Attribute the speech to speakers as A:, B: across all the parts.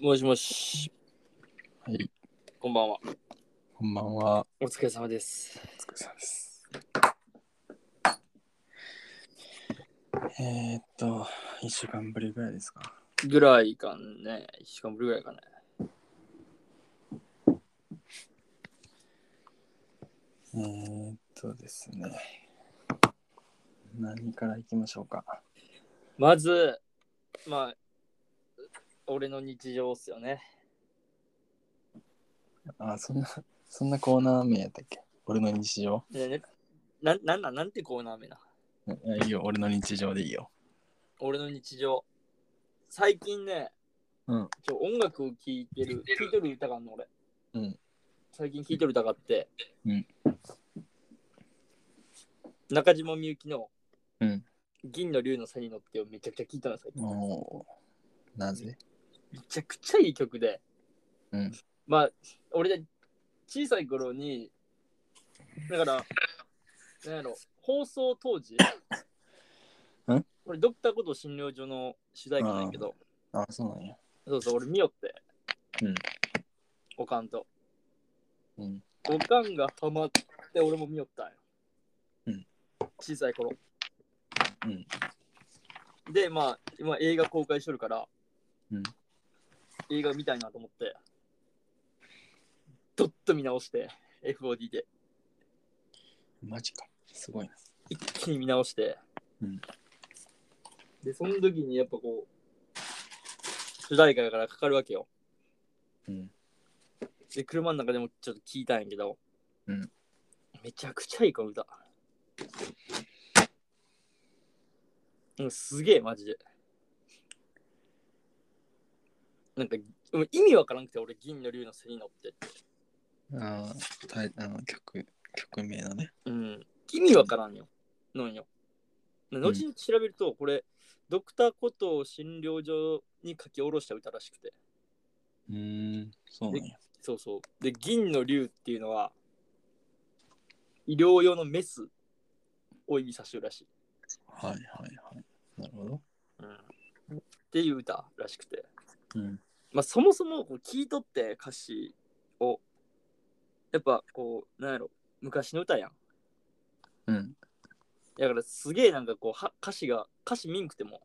A: もしもし、
B: はい、
A: こんばんは。
B: こんばんは。
A: お疲れ様です。
B: お疲れ様です。えー、っと、1週間ぶりぐらいですか。
A: ぐらいかね。1週間ぶりぐらいかね。
B: えー、っとですね。何からいきましょうか。
A: まず、まあ、俺の日常っすよね。
B: あ、そんな、そんなコーナー名やったっけ俺の日常
A: ねねななんなんなんてコーナー名な。
B: いやいいよ、俺の日常でいいよ。
A: 俺の日常。最近ね、
B: うん
A: ちょ音楽を聴いてる、聴いてる歌があんの俺。
B: うん
A: 最近聴いてる歌があって、
B: うん
A: 中島みゆきの、
B: うん
A: 銀の竜の背に乗ってをめちゃくちゃ聴いたの最近。
B: おーなぜ
A: めちゃくちゃいい曲で、
B: うん
A: まあ俺小さい頃にだからなんやろ放送当時
B: ん
A: 俺ドクターこと診療所の主題歌なんやけど
B: あ、そうなんや。
A: そうそう俺見よって、
B: うん
A: おかんと
B: うん。
A: おかんがハマって俺も見よったんよ、
B: うん
A: 小さい頃
B: うん。
A: でまあ今映画公開しとるから、
B: うん
A: 映画見たいなと思ってどっと見直して FOD で
B: マジか。すごいな。
A: 一気に見直して、
B: うん
A: でその時にやっぱこう主題歌やからかかるわけよ
B: うん。
A: で車の中でもちょっと聞いたんやけど、
B: うん
A: めちゃくちゃいいこの歌うんすげえマジでなんかうん意味わからなくて俺銀の竜の背に乗ってって
B: あータイあの、曲、曲名のね。
A: うん、意味わからんよ。のんよ。後に調べると、これ、ドクターコトー診療所に書き下ろした歌らしくて。
B: うーん、そうなんや。
A: そうそう。で、銀の竜っていうのは、医療用のメスを意味させるらしい。
B: はいはいはい。なるほど。
A: うん、っていう歌らしくて。
B: うん。
A: まあ、そもそもこう聞いとって歌詞を、やっぱこう、なんやろ、昔の歌やん。
B: うん。
A: だからすげえなんかこうは歌詞が歌詞見んくても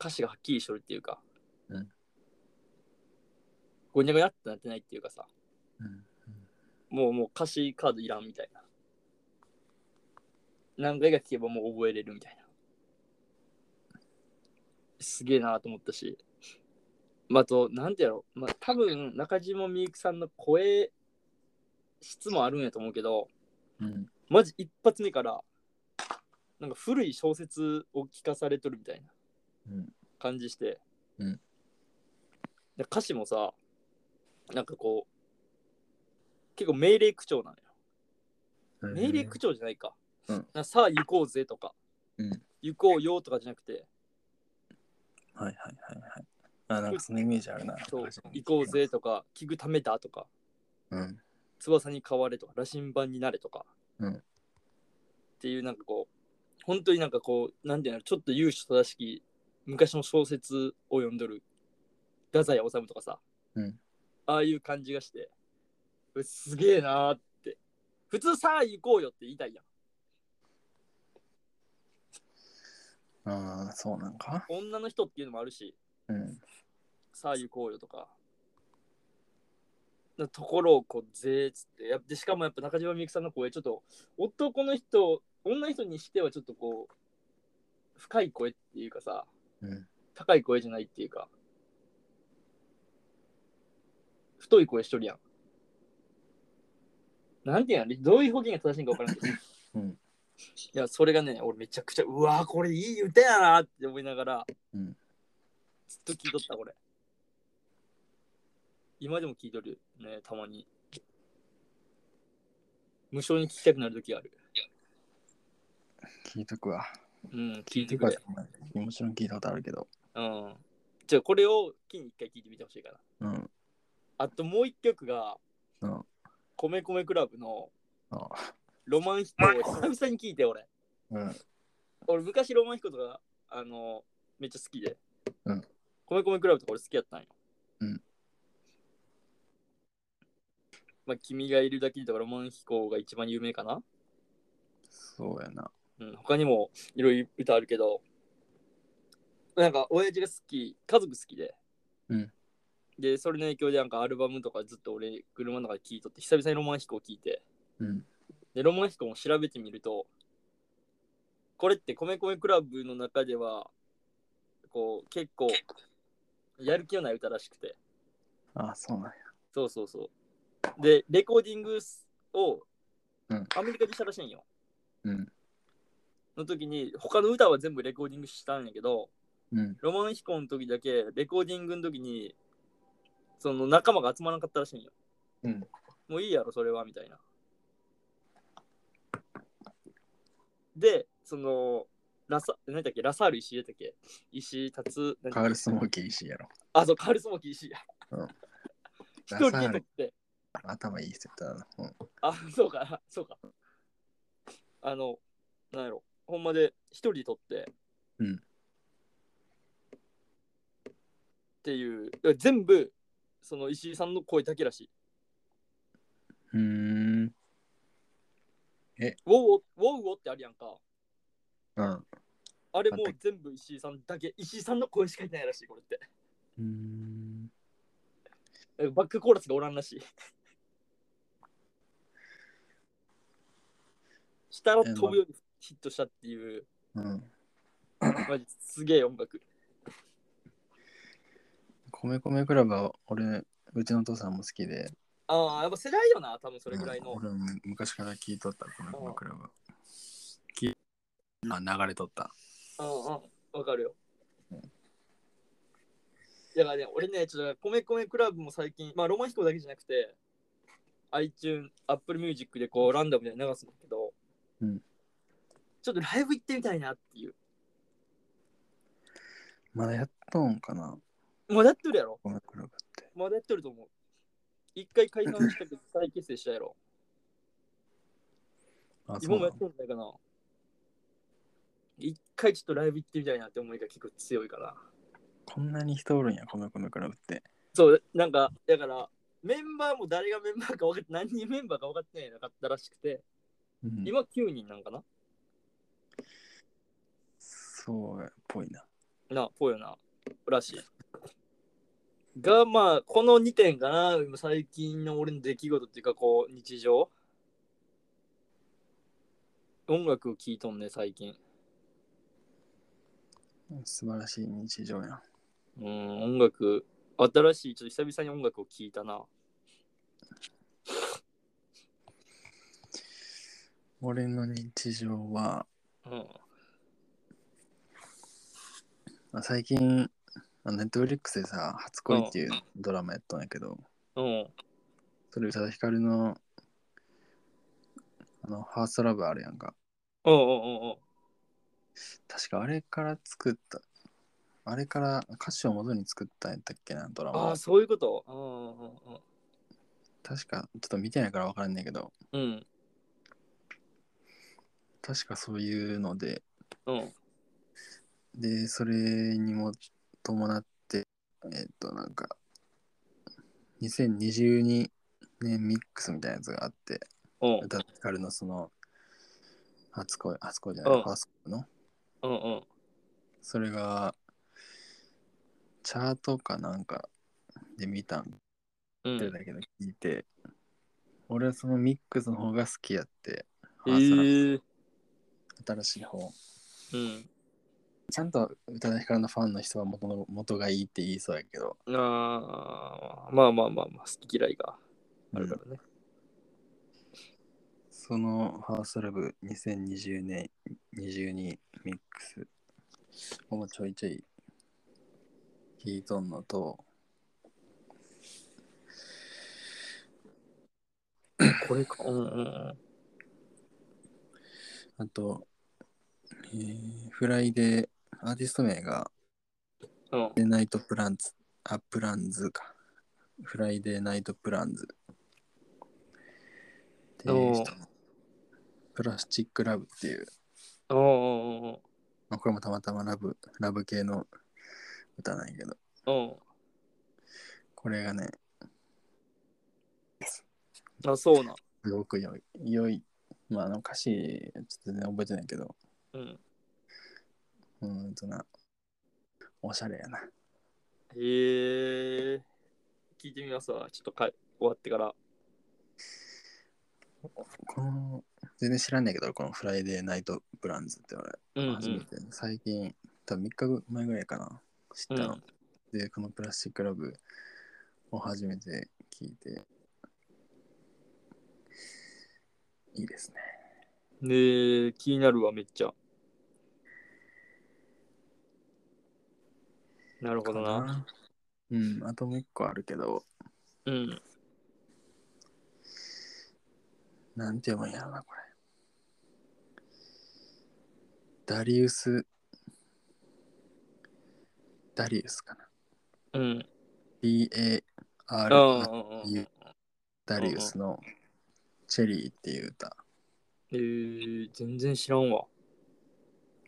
A: 歌詞がはっきりしとるっていうか、
B: うん
A: ごにゃごにゃってなってないっていうかさ
B: うん。
A: もうもう歌詞カードいらんみたいな何回か聞けばもう覚えれるみたいなすげえなと思ったしまああとなんてやろまあ多分中島みゆきさんの声質もあるんやと思うけど、
B: うん。
A: マジ一発目からなんか古い小説を聞かされとるみたいな
B: うん
A: 感じして、
B: うん
A: で歌詞もさなんかこう結構命令口調なのよ、命令口調じゃないか,、
B: うん
A: かさあ行こうぜとか、
B: うん
A: 行こうよとかじゃなくて
B: はいはいはいはい。あ、なんかそのイメージあるな。
A: そう行こう。ぜとか聞くためだとか
B: うん。
A: 翼に変われとか羅針盤になれとか、
B: うん
A: っていうなんかこう本当になんかこうなんていうのちょっと由緒正しき昔の小説を読んどる太宰治とかさ、
B: うん
A: ああいう感じがしてうわすげえなーって普通さあ行こうよって言いたいやん
B: ああ、そうなんか。
A: 女の人っていうのもあるし
B: うん。
A: さあ行こうよとかなところをこうぜーっつってやっでしかもやっぱ中島みゆきさんの声ちょっと男の人女の人にしてはちょっとこう深い声っていうかさ
B: うん。
A: 高い声じゃないっていうか太い声しとるやんなんていうんやろどういう表現が正しいんか分からんけど、
B: うん
A: いやそれがね俺めちゃくちゃうわーこれいい歌やなーって思いながら、
B: うん
A: ずっと聴いとったこれ今でも聴いとるねたまに無償に聴きたくなる時ある
B: 聞いとくわ。
A: うん聴いてくれ
B: もちろん聞いたことあるけど。
A: うんじゃあこれを機に一回聴いてみてほしいかな
B: うん。
A: あともう一曲が、
B: うん
A: 米米クラブの
B: うん
A: ロマンヒコを久々に聞いて俺。
B: うん。
A: 俺昔ロマンヒコとか、あの、めっちゃ好きで。
B: うん
A: 米米クラブとか俺好きやったんよ。
B: うん。
A: まあ、君がいるだけで、だから、モンヒコが一番有名かな。
B: そうやな。
A: うん、他にもいろいろ歌あるけど、なんか、親父が好き、家族好きで。
B: うん。
A: で、それの影響で、なんか、アルバムとかずっと俺、車の中で聴いとって、久々にロマンヒコを聴いて、
B: うん。
A: で、ロマンヒコも調べてみると、これって米米クラブの中では、こう、結構、やる気のない歌らしくて。
B: あ、そうなんや。
A: そうそうそう。で、レコーディングを
B: うん
A: アメリカでしたらしいんよ。
B: うん。
A: の時に、他の歌は全部レコーディングしたんやけど、
B: うん。
A: ロマン飛行の時だけ、レコーディングの時に、その仲間が集まらなかったらしいんよ。
B: うん。
A: もういいやろ、それは、みたいな。で、その、ラサ、何だっけ、ラサール石井やったっけ石立つ、何
B: カールスモーキー石井やろ。
A: あ、そう、カールスモキー石井や。
B: うん
A: 一人で撮って、
B: 頭いい人だな。うん。
A: あ、 そうか、そうか。あの、なんやろ、ほんまで一人で撮って。
B: うん
A: っていう、いや全部、その石井さんの声だけらしい。
B: うーん。
A: ウォウウォウウォってあるやんか。
B: うん。
A: あれもう全部石井さんだけ、石井さんの声しかいないらしい、これって。
B: うーん。
A: えバックコーラスがおらんらしい。 したら飛ぶようにヒットしたって いう、
B: うん。
A: マジすげえ音楽。
B: 米米クラブは俺、うちのお父さんも好きで、
A: ああ、やっぱ世代よな、多分それぐらいの。
B: うん俺も昔から聞いとった、米米クラブ。きあ、流れとった。
A: うんうん、わかるよ。だからね、俺ね、ちょっと米米クラブも最近、まあロマン飛行だけじゃなくて、iTune、Apple Music でこうランダムで流すんだけど、
B: うん
A: ちょっとライブ行ってみたいなっていう。
B: まだやっとんかな、
A: まだやってるやろ
B: 米クラブって。
A: まだやってると思う。一回解散したけど再結成したやろ。
B: あ、そ
A: 今
B: う
A: も
B: な
A: やっ
B: の
A: てるんじゃないかな。一回ちょっとライブ行ってみたいなって思いが結構強いから。
B: こんなに人おるんや、米米クラブって。
A: そう、なんか、だから、メンバーも誰がメンバーか分かって、何人メンバーか分かってなかったらしくて、
B: うん、
A: 今9人なんかな
B: そうっぽいな。
A: な、ぽいよな。らしい。が、まあ、この2点かな、今最近の俺の出来事っていうか、こう、日常。音楽を聴いとんね、最近。
B: 素晴らしい日常や
A: う
B: ん。
A: ん、音楽、新しい、ちょっと久々に音楽を聴いたな。
B: 俺の日常は、
A: うん。
B: あ最近、ネットフリックスでさ、初恋っていうドラマやったんやけど、
A: うん。
B: それ宇多田ヒカルの、あの、ハーストラブあるやんか。
A: うんうんうんうん。
B: 確かあれから作った、あれから歌詞を元に作ったんやったっけな、ドラ
A: あ
B: マ
A: あ、。そういうこと。う
B: 確か、ちょっと見てないから分からんねんけど、
A: んうんうん。
B: 確かそういうので、
A: うん。うん。
B: で、それにも伴って、えっと、なんか、2022年ミックスみたいなやつがあって、
A: うん。
B: 歌ってかるのその、初恋、初恋じゃない、
A: うん
B: ファーストの、
A: うんうん。
B: それが、チャートかなんかで見たん
A: うん
B: ってだけど聞いて、俺はそのミックスの方が好きやって、
A: え
B: ファーストラブ
A: ー、
B: 新しい方。
A: うん。
B: ちゃんと宇多田ヒカルのファンの人は元の元がいいって言いそうやけど、
A: あーまあまあまあまあ、好き嫌いがあるからね。
B: そのファーストラブ2020年22ミックスもちょいちょい聞いとんのと、
A: これか。うんうんうん。
B: あと、えーフライデーアーティスト名が
A: うん、
B: デナイトプランツ、あ、プランズか。フライデーナイトプランズ。っていう人のプラスチックラブっていう、
A: うんうんうんうん
B: まあこれもたまたまラブ、ラブ系の歌なんやけど、
A: う
B: これがね、
A: ん。あ、そうなん。
B: すごく良い。良い。まあ、あの歌詞、ちょっと全然覚えてないけど、
A: うん。
B: うーんとな、おしゃれやな。
A: へえ。聞いてみますわ。ちょっとかい終わってから。
B: この、全然知らんねんけど、このフライデーナイトブランズって俺、
A: うん、う
B: 初め
A: ん。
B: て、最近、多分3日前ぐらいかな、知ったの。で、このプラスチックラブを初めて聞いて、いいですね。
A: ねえ、気になるわ、めっちゃ。なるほどな。
B: なうん、あともう一個あるけど、
A: うん。
B: なんて読むんやろな、これ。ダリウス、ダリウスかな。
A: うん。うん
B: DAR、
A: うんうん。
B: い
A: へ
B: うダリウスのチェリーっていう歌。
A: えー、全然知らんわ。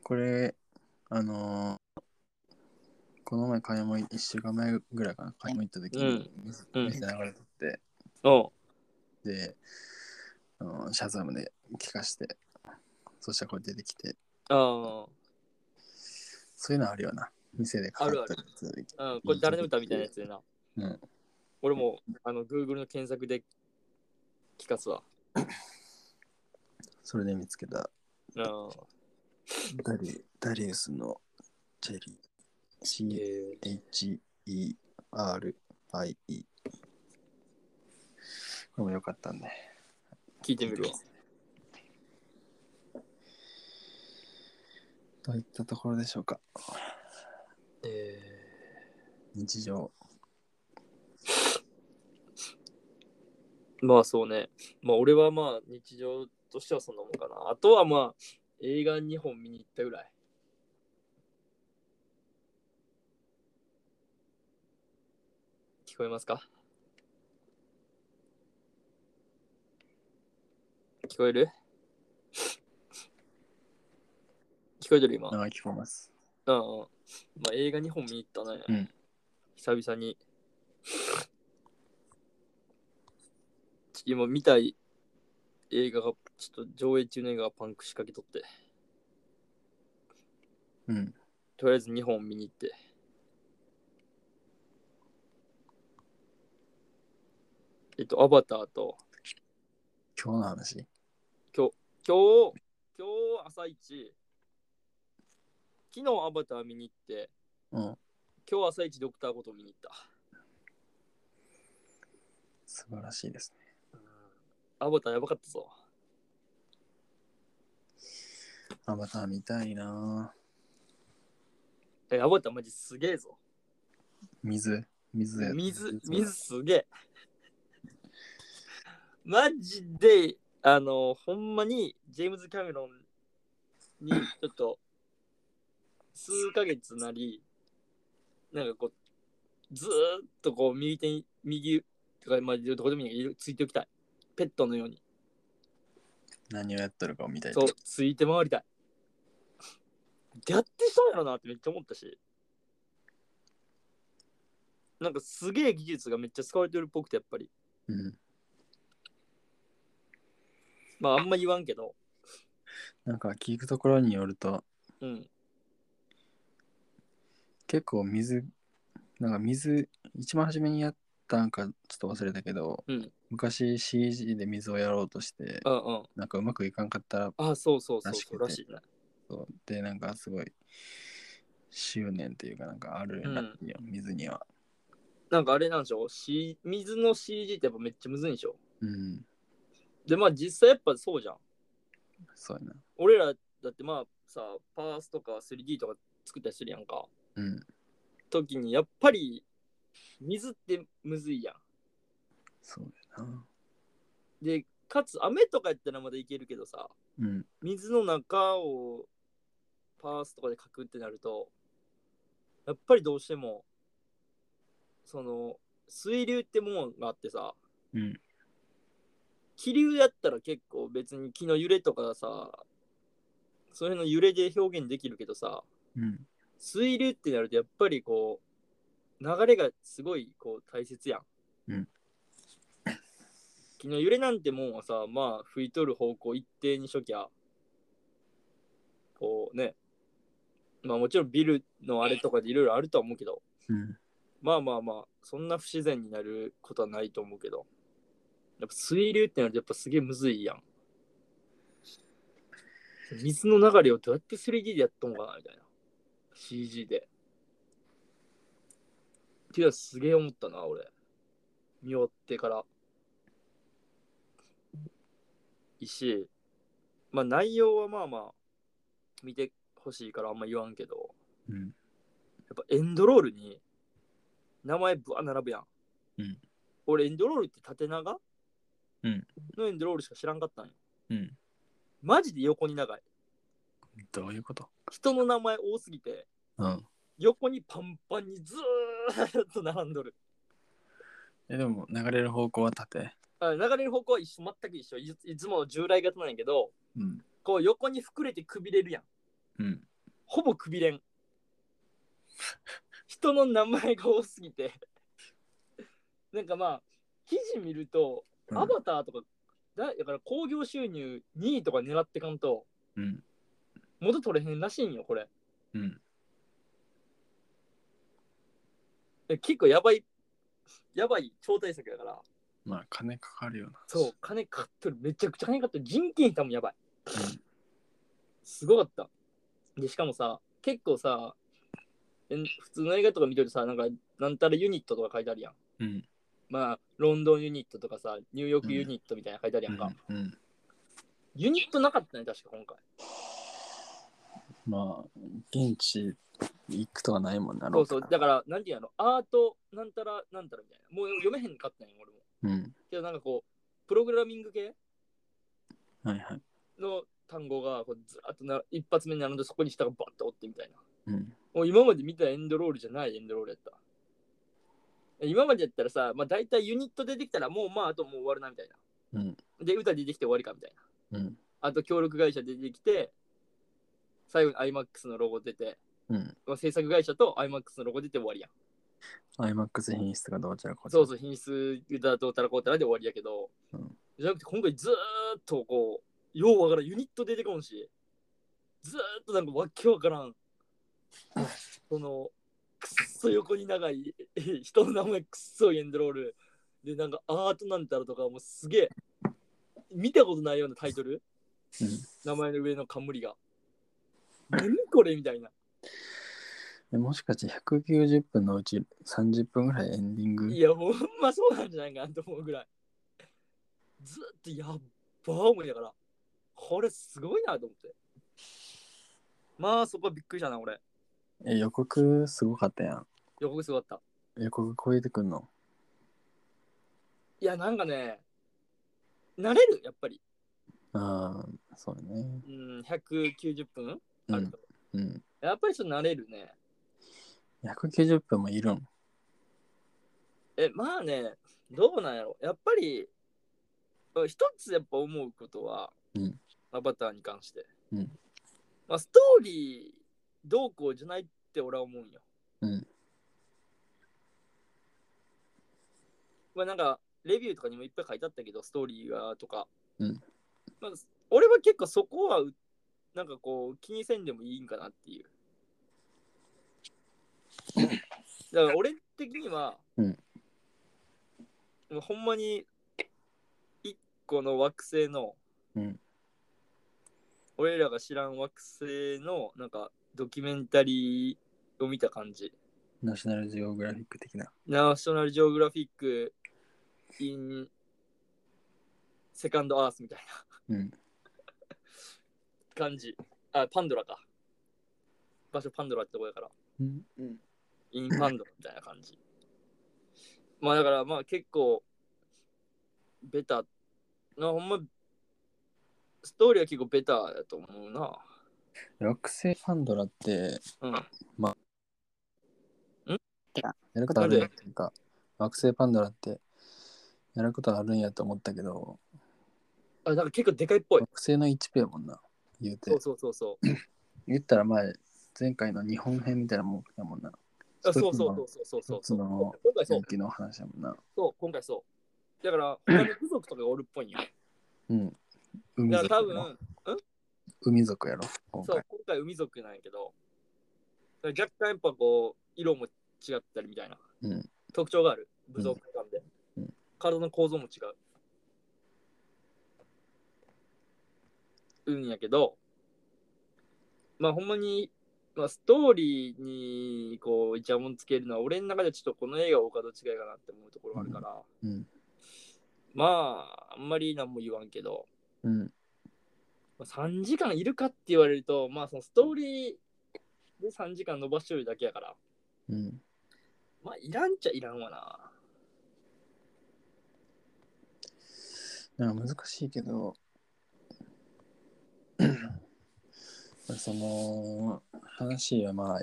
B: これ、あのーこの前買い物い、1週間前ぐらいかな、買い物行った時に、店
A: うん
B: 店流れてって、
A: うん。
B: で、あのーシャザムで聞かして、そしたらこれ出てきて、
A: あ
B: そういうのあるよな。店で買ったりする
A: あ。うん。これ誰の歌みたいなやつやな。
B: うん。
A: 俺も、あの、Google の検索で聞かすわ。
B: それで見つけた
A: うん。
B: ダリダリウスのチェリー。
A: え
B: CHERIE。これも良かったんで。
A: ー、聞いてみるわ。
B: といったところでしょうか。
A: え
B: 日常。
A: ー、まあそうね。まあ俺はまあ日常としてはそんなもんかな。あとはまあ映画2本見に行ったぐらい。聞こえますか聞こえる 聞こえてる今。
B: 長い聞こえます。
A: うんうん。まあ映画2本見に行ったね。
B: うん
A: 久々に。ち今見たい映画が、ちょっと上映中の映画がパンク仕掛けとって、
B: うん。
A: とりあえず2本見に行って。えっと、アバターと、
B: 今日の話。
A: 今日、今日朝一、昨日アバター見に行って、
B: うん。
A: 今日朝一ドクターごと見に行った。
B: 素晴らしいですね。
A: アバターやばかったぞ。
B: アバター見たいなぁ
A: え、アバターマジすげえぞ。
B: 水。水や
A: 水、水すげえ。マジで、あの、ほんまに、ジェームズ・キャメロンに、ちょっと、数ヶ月なり、なんかこう、ずーっとこう、右手に、右、とか、まあ、どこでもいいんだけどついておきたい。ペットのように。
B: 何をやっとるかを見たい。
A: そう、ついて回りたい。やってしたんやろなってめっちゃ思ったし。なんかすげえ技術がめっちゃ使われてるっぽくて、やっぱり。
B: うん。
A: まああんま言わんけど。
B: なんか聞くところによると、
A: うん。
B: 結構水、なんか水、一番初めにやったんかちょっと忘れたけど、
A: うん
B: 昔 CG で水をやろうとして、
A: うんうん。
B: なんかうまくいかんかったら、
A: あ、そうそうそう
B: らし
A: そ
B: く
A: う。
B: て
A: らしいな。
B: そうで、なんかすごい執念というか、なんかあるらしいよ、水には。
A: なんかあれなんでしょう、C、水の CG ってやっぱめっちゃむずいんでしょ。
B: うん、
A: で、まあ実際やっぱそうじゃん。
B: そうやな。
A: 俺らだってまあさ、パースとか 3D とか作ったりするやんか。
B: うん、
A: 時にやっぱり水ってむずいやん。
B: そうやな。
A: で、かつ雨とかやったらまだいけるけどさ、
B: うん、
A: 水の中をパースとかで書くってなると、やっぱりどうしても、その、水流ってもんがあってさ、
B: うん、
A: 気流やったら結構別に気の揺れとかさ、その辺の揺れで表現できるけどさ、
B: うん、
A: 水流ってなるとやっぱりこ流れがすごいこう大切やん。
B: うん
A: 気の揺れなんてもんはさ、まあ、拭い取る方向一定にしときゃ、こうね、まあもちろんビルのあれとかでいろいろあるとは思うけど、
B: うん。
A: まあまあまあ、そんな不自然になることはないと思うけど、やっぱ水流ってのはやっぱすげえむずいやん。水の流れをどうやって 3D でやっとんかなみたいな。CG で。っていうのはすげえ思ったな、俺。見終わってから。いいし、まあ内容はまあまあ、見てほしいからあんま言わんけど。
B: うん。
A: やっぱエンドロールに名前ぶわ並ぶやん。
B: うん
A: 俺エンドロールって縦長、
B: うん
A: のエンドロールしか知らんかったんよ。
B: うん。
A: マジで横に長い。
B: どういうこと
A: 人の名前多すぎて、
B: うん。
A: 横にパンパンにずーっと並んどる。
B: え、でも流れる方向は縦。
A: あ流れる方向は一緒全く一緒い。いつもの従来型なんやけど、
B: うん。
A: こう横に膨れてくびれるやん。
B: うん。
A: ほぼくび れん。人の名前が多すぎて。なんかまあ、記事見ると、
B: うん
A: アバターとか、だだから興行収入2位とか狙ってかんと、
B: うん。
A: 元取れへんらしいんよ、これ。
B: うん。
A: え結構やばい、やばい超大作だから、
B: まあ、金かかるよな。
A: そう、金かっとる、めちゃくちゃ金かっとる、人件費多分やばい
B: ん。
A: すごかった。で、しかもさ、結構さ、えん普通の映画とか見とるとさ、なんか、なんたらユニットとか書いてあるやん。
B: うん。
A: まあ、ロンドンユニットとかさ、ニューヨークユニットみたいなの書いてあるや
B: うん
A: か。
B: ん。うん。
A: ユニットなかったね、確か今回。
B: まあ、現地行くとはないもんな。
A: そうそう、だ
B: ら。
A: から、なんていうの、アート、なんたら、なんたらみたいな。もう読めへんかったんよ、俺も。
B: うん。
A: けど、なんかこう、プログラミング系
B: はいはい。
A: の単語がこうずらっとな一発目に並んで、そこに下がバッと折ってみたいな。
B: うん。
A: もう今まで見たエンドロールじゃないエンドロールやった。今までやったらさ、まあ、大体ユニット出てきたら、もうまあ、あともう終わるなみたいな。で、歌出てきて終わりかみたいな。
B: うん。
A: あと協力会社出てきて、最後に iMAX のロゴ出て、
B: うん。
A: まあ、制作会社と iMAX のロゴ出て終わりやん。
B: IMAX 品質がどうちゃらこうちゃ
A: そう
B: ら
A: そう、品質だどうたらこうたらで終わりやけど、
B: うん
A: じゃなくて今回ずーっとこう、ようわからんユニット出てこんし、ずーっとなんかわけわからん、その、くっそ横に長い人の名前くっそエンドロールでなんかアートなんたらとかもうすげえ見たことないようなタイトル名前の上の冠が。何これみたいな。
B: えもしかして190分のうち30分ぐらいエンディング
A: いや、ほんまそうなんじゃないかなと思うぐらい。ずっとやっばー思いながら。これすごいなと思って。まあそこはびっくりしたな、俺。
B: え予告すごかったやん
A: 予告すごかった。
B: 予告超えてくんの
A: いや、なんかね、慣れる、やっぱり。
B: ああそうだね
A: うん、190分
B: う
A: ある
B: ん
A: と、
B: うん
A: やっぱりちょっと慣れるね。
B: 190分もいるん
A: え、まあね、どうなんやろ。やっぱり、うん一つやっぱ思うことは、
B: うん
A: アバターに関して。
B: うん
A: まあ、ストーリーどうこうじゃないって俺は思うんよ。
B: うん
A: まあなんか、レビューとかにもいっぱい書いてあったけど、ストーリーがとか。
B: うん
A: まあ、俺は結構そこは、うなんかこう、気にせんでもいいんかなっていう。だから俺的には、もうほんまに一個の惑星の、
B: うん
A: 俺らが知らん惑星のなんかドキュメンタリーを見た感じ
B: ナショナルジオグラフィック的な
A: ナショナルジオグラフィック・イン・セカンド・アースみたいな、
B: うん
A: 感じあパンドラか場所パンドラってとこやから
B: うんうん
A: インパンドみたいな感じ。まあだからまあ結構、ベタ、なほんま、ストーリーは結構ベタだと思うな。
B: 惑星パンドラって
A: うん。
B: やることあるんやっていうか惑星パンドラってやることあるんやと思ったけど
A: あ、なんか結構でかいっぽい
B: 惑。星の1ペやもんな言うて
A: そうそうそうそう。
B: 言ったら前前回の日本編みたいなもんやもんな
A: あそうそうそうそうそうそう
B: 一つの
A: 今回そう
B: 人気の話だもんな。
A: そう今回そうだから他に部族とかがおるっぽいんや
B: うん。海
A: だから多
B: 族やろ。
A: 分
B: 海族やろ、今
A: そう
B: 回。
A: 今回海族なんやけどだから若干やっぱこう色も違ったりみたいな、
B: うん
A: 特徴がある部族間で、
B: うん
A: 体の構造も違ううんやけどまあほんまに、まあ、ストーリーにこうイチャモンつけるのは俺の中ではちょっとこの映画はお門違いかなって思うところがあるから、
B: うん。
A: まああんまり何も言わんけど、
B: うん。
A: まあ3時間いるかって言われると、まあそのストーリーで3時間伸ばしてるだけやから、
B: うん。
A: まあいらんちゃいらんわな。
B: なんか難しいけど、 その、話はまあ、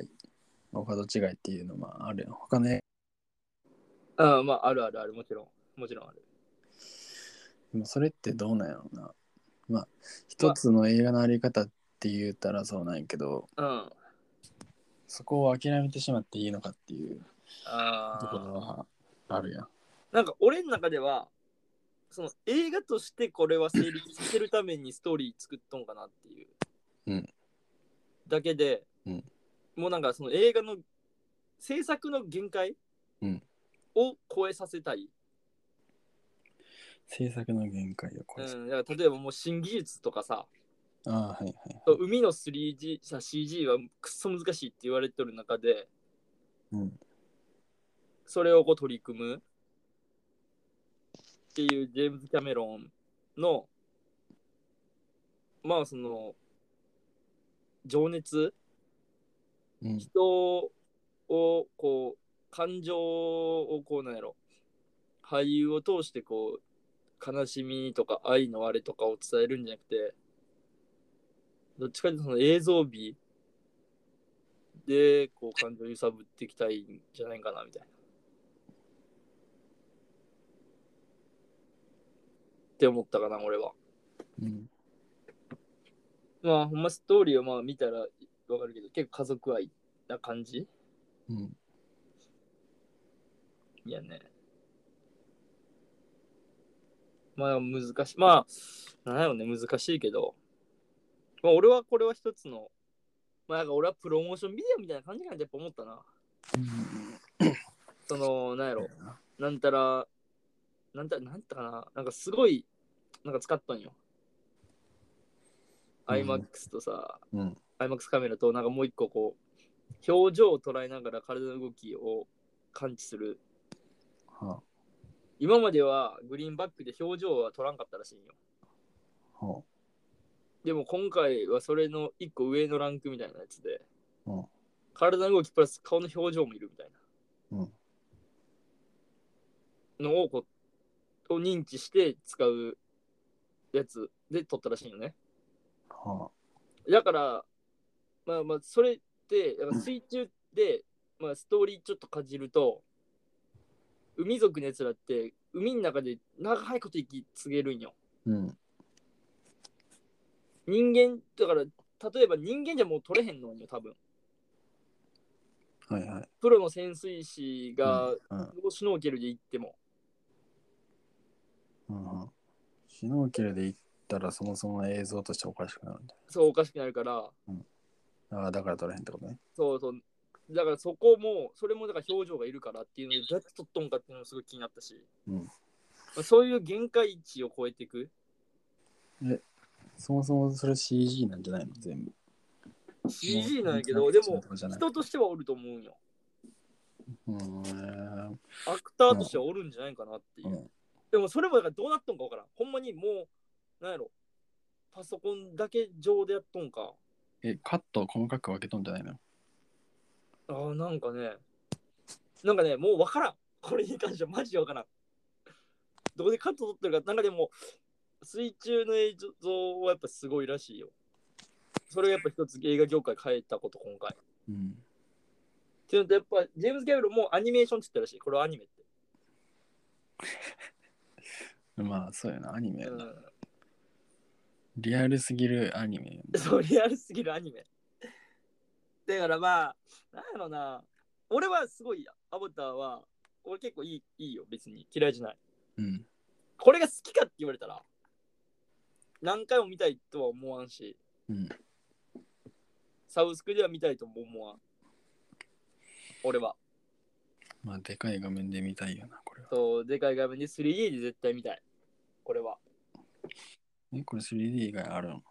B: お門違いっていうのもあるよ。他の映
A: うん、まああるあるある、もちろん。もちろんある。
B: でもそれってどうなんやろうな。まあ、一つの映画のあり方って言ったらそうなんやけど、
A: うん。あ
B: そこを諦めてしまっていいのかっていうとこ
A: あ
B: ろはあるやん。
A: ー。なんか俺の中では、その映画としてこれは成立させるためにストーリー作っとんかなっていう。
B: うん
A: だけで、
B: うん
A: もうなんかその映画の制作の限界、
B: うん
A: を超えさせたい。
B: 制作の限界を
A: う
B: 超え
A: ん、だから例えばもう新技術とかさ、
B: ああ、はいはい。
A: そう海の 3G さ CG はくっそ難しいって言われてる中で
B: うん。
A: それをこう取り組むっていうジェームズ・キャメロンのまあその情熱
B: うん。
A: 人をこう感情をこうなんやろ俳優を通してこう悲しみとか愛のあれとかを伝えるんじゃなくてどっちかというとその映像美でこう感情を揺さぶっていきたいんじゃないかなみたいな。って思ったかな俺は。
B: うん。
A: まあほんまストーリーをまあ見たらわかるけど結構家族愛な感じ
B: うん。
A: いやね。まあ難しい。まあ、なんやろね、難しいけど。まあ俺はこれは一つの、まあなんか俺はプロモーションビデオみたいな感じかなってやっぱ思ったな。その、なんやろ、なんたら、なんたら、なんたかな、なんかすごい、なんか使ったんよ。
B: うん
A: iMAX とさ、
B: うん。
A: iMAX カメラとなんかもう一個こう、表情を捉えながら体の動きを感知する
B: は
A: 今まではグリーンバックで表情は取らんかったらしいんよ。
B: あ。は
A: でも今回はそれの一個上のランクみたいなやつで、
B: うん
A: 体の動きプラス顔の表情もいるみたいな。
B: うん
A: のをこうを認知して使うやつで取ったらしいよね。
B: あ。は
A: だから、まあまあ、それって、だから水中で、まあ、ストーリーちょっとかじると、海族のやつらって、海の中で長いこと息つげるんよ。
B: うん。
A: 人間、だから、例えば人間じゃもう取れへんのよ、多分。
B: はいはい。
A: プロの潜水士が、
B: うん。
A: シュノーケルで行っても。
B: うん。うん。シュノーケルで言ったらそもそも映像としておかしくなるんだ
A: そう、おかしくなるから、
B: よ。ああ、だから撮れへんってことね。
A: そうそう。だからそこも、それもだから表情がいるからっていうので、どうやって取っとんかっていうのもすごい気になったし、
B: うん
A: まあ、そういう限界値を超えていく。
B: そもそもそれ CG なんじゃないの全部。
A: CG なんやけど、でも、
B: そうじゃない
A: 人としてはおると思うんよ。
B: うーん。
A: アクターとしてはおるんじゃないかなっていう。
B: うん
A: でもそれもだからどうなっとんかわからん。ほんまにもう、なんやろ、パソコンだけ上でやっとんか。
B: え、カットを細かく分けとんじゃないの
A: ああ、なんかね、なんかね、もうわからん。 これに関してはマジでわからん。どこでカット取ってるか、なんかでも、水中の映像はやっぱすごいらしいよ。それがやっぱ一つ映画業界変えたこと、今回。
B: うん。
A: っていうのと、やっぱジェームズ・ギャブルもアニメーションって言ったらしい。これはアニメって。
B: まあ、そうやな、アニメや
A: う
B: な。
A: ん
B: リアルすぎるアニメやな。
A: そう、リアルすぎるアニメ。だからまあ、なんやろな。俺はすごいアバターは俺結構いいいいよ別に嫌いじゃない
B: うん。
A: これが好きかって言われたら何回も見たいとは思わんし、
B: うん
A: サブスクでは見たいとも思わん俺は
B: まあ、でかい画面で見たいよな、これは。
A: とでかい画面で 3D で絶対見たいこれは
B: え、これ 3D 以外あるの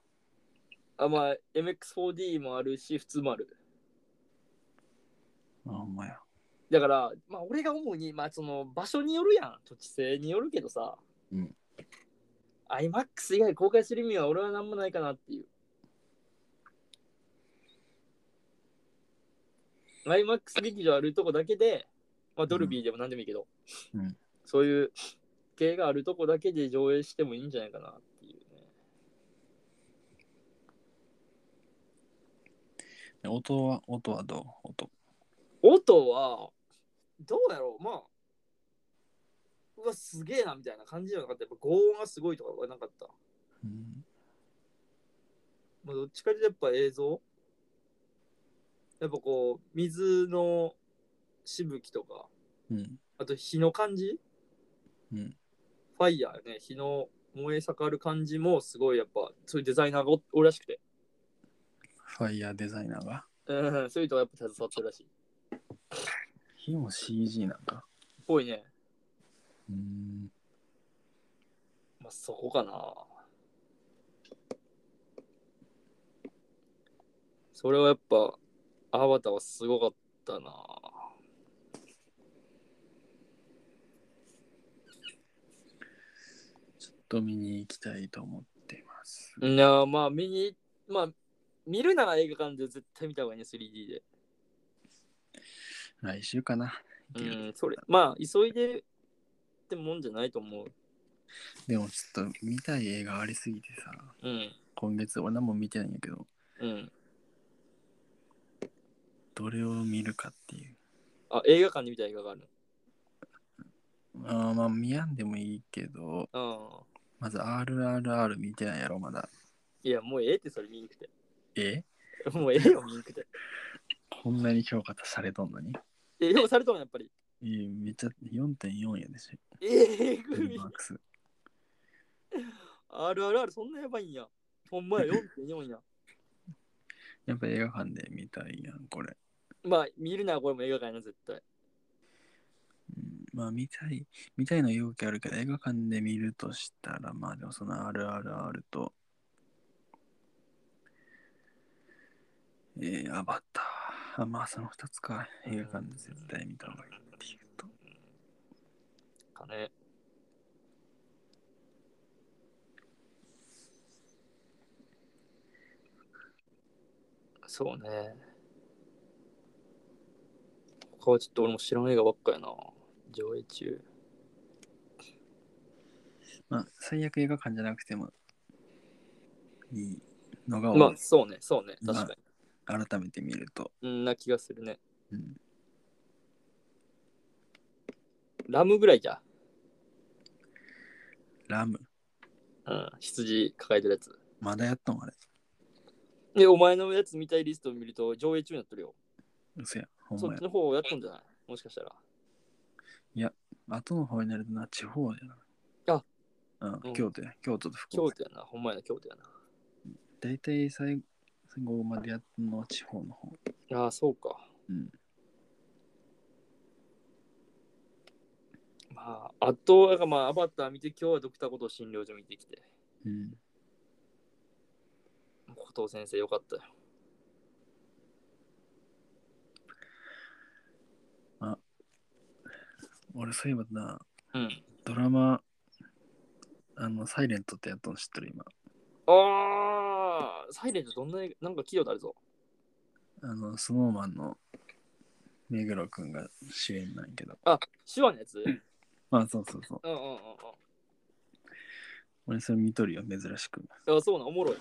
A: あまあ MX4D もあるし普通もある
B: あ、ほんまや。
A: だから、まあ、俺が思うに、まあ、その場所によるやん、土地性によるけどさ、
B: うん、
A: IMAX 以外公開する意味は俺は何もないかなっていう。IMAX 劇場あるとこだけで、まあ、ドルビーでも何でもいいけど、
B: うん
A: そういう系があるとこだけで上映してもいいんじゃないかなっていうね。
B: で音は、音はどう音。
A: 音は、どうやろうまあ、うわ、すげえなみたいな感じじゃなかった。やっぱ轟音がすごいとかはなかった。
B: うん。
A: まあ、どっちかというとやっぱ映像やっぱこう水のしぶきとか
B: うん。
A: あと火の感じ
B: うん。
A: ファイヤーね火の燃え盛る感じもすごいやっぱそういうデザイナーがおおるらしくて
B: ファイヤーデザイナーが。
A: うんそういう人がやっぱ携わってるらしい
B: 火も CG なんか。
A: っぽいね
B: うん。
A: まあそこかなそれはやっぱアバターはすごかったな
B: ちょっと見に行きたいと思っています。
A: いやーまあ見にまあ見るなら映画館で絶対見た方がいいね 3D で
B: 来週かな。
A: う
B: 行ける
A: ん、それ、まあ、急いでってもんじゃないと思う。
B: でもちょっと見たい映画ありすぎてさ、
A: うん、
B: 今月俺何も見てないんやけど、
A: うん。
B: どれを見るかっていう。
A: あ、映画館で見た映画がある。
B: あーまあ見やんでもいいけど、
A: ああ。
B: まず RRR 見てないやろ、まだ。
A: いや、もうええって、それ見にくて。
B: え
A: もうええよ、見にくて。
B: こんなに評価されとんのに。
A: え、でもされたもん、やっぱり。
B: えーめっちゃ4.4やでし。
A: ええぐい
B: マ。ックス。
A: RRR、そんなやばいんや。ほんまや、4.4や。
B: やっぱ映画館で見たいやん、これ。
A: まあ、見るならこれも映画館やな、絶対。
B: うん、まあ見たい、見たいの容器あるけど、映画館で見るとしたら、まあでもその RRR と、えー、アバター。あまあその2つか。映画館で絶対見た方がいいっていうと。
A: かね。そうね。他はちょっと俺も知らん映画ばっかやな。上映中。
B: まあ最悪映画館じゃなくてもいいのが、
A: まあ、そうね、そうね、
B: まあ
A: 確かに。
B: 改めて見ると。
A: うん、な気がするね。
B: うん、
A: ラムぐらいじゃ。
B: ラム、
A: うん、羊抱えてるやつ。
B: まだやっとんあれ。
A: で、お前のやつ見たいリストを見ると上映中になってるよ。
B: 嘘や。ほん
A: そ
B: ま
A: っ
B: や
A: ち。の方をやったんじゃないもしかしたら。
B: 後の方になるとな、地方やな。
A: あ
B: う、
A: うんん
B: 京都や。京都と福
A: 京
B: 岡。
A: 都やな、ほんまやな、京都や
B: 大体最後までやったのは地方の方。
A: な。ああ、そうか。
B: うん。
A: まあ、あと、だからまあ、アバター見て、今日はドクターこと診療所見てきて、
B: うん。
A: 後藤先生よかったよ。
B: 俺そういえばな、
A: うん。
B: ドラマ、あの、サイレントってやったの知ってる今。
A: ああ、サイレントどんな映画、なんか企業であるぞ。
B: あの、スノーマンの目黒くんが主演なんやけど。
A: あ、手話のやつうん
B: まあそうそうそ
A: う
B: う。
A: んうんうん
B: 俺それ見とるよ、珍しく。
A: うん。あ、そうなん、おもろい。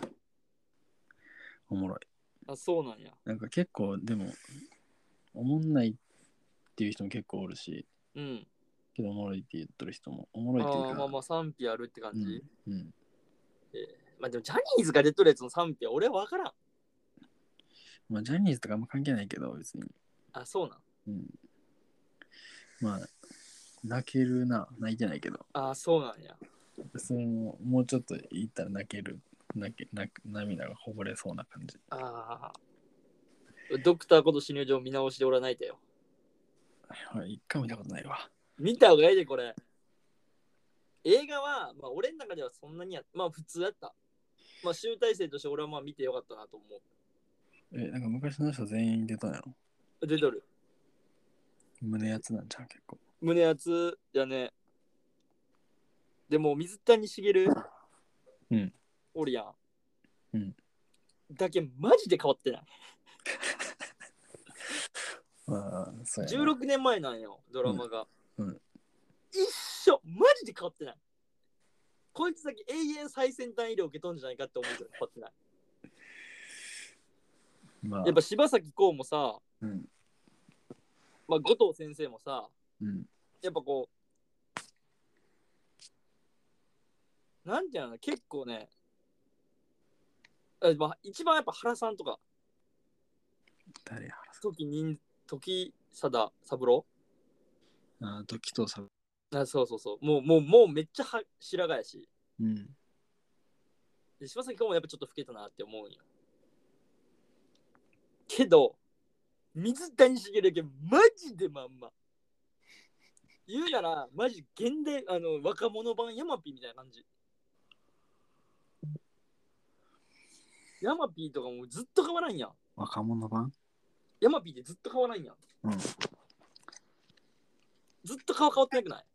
B: おもろい。
A: あ、そうなんや。
B: なんか結構、でも、おもんないっていう人も結構おるし、
A: うん。
B: けどおもろいって言っとる人も、おも
A: あ
B: ろいっていう
A: ー
B: か、
A: まあまあ、賛否あるって感
B: う
A: じ。
B: ん、うん。
A: まあでも、ジャニーズが出とるやつの賛否は俺は分からん。
B: まあジャニーズとかあんま関係ないけど、別に。
A: あ、そうなん。
B: うん。まあ、泣けるな。泣いてないけど。
A: ああ、そうなんや。
B: そのもうちょっと言ったら泣ける。泣け泣く涙がこぼれそうな感じ。
A: ああ。ドクターこと診療所見直しておらないでよ。
B: はい一回も見たことないわ。
A: 見た方がいいで、これ。映画は、まあ、俺の中ではそんなにや、まあ、普通やった。まあ、集大成として俺はまあ見てよかったなと思
B: え、なんか昔の人全員出たんやろ
A: う。出とる。
B: 胸やつなんじゃん、結構。
A: 胸熱やね。でも、水谷茂
B: うん。
A: おるやん。
B: うん。
A: だけマジで変わってない。
B: まあ、そうやな。
A: 16年前なんよ、ドラマが。
B: うんうん
A: 一緒マジで変わってないこいつだけ永遠最先端医療を受けとんじゃないかって思うけど変わってない。
B: まあ
A: やっ、ぱ柴咲コウもさ、
B: うん。
A: まあ、後藤先生もさ、
B: うん。
A: やっぱこう、なんていうの、結構ね、あまあ、一番やっぱ原さんとか、
B: 誰や。
A: 時に時貞三郎
B: あー、時とさ。
A: あそうそうそう、もう、もう、もうめっちゃは白髪やし、
B: うん。
A: で柴崎コウもやっぱちょっと老けたなって思うんよ。けど、水谷茂だけマジでまんま。言うなら、マジ現代、あの、若者版ヤマピーみたいな感じ。ヤマピーとかもずっと変わらんやん。
B: 若者版
A: ヤマピーってずっと変わらんやん。
B: うん。
A: ずっと顔変わってなくない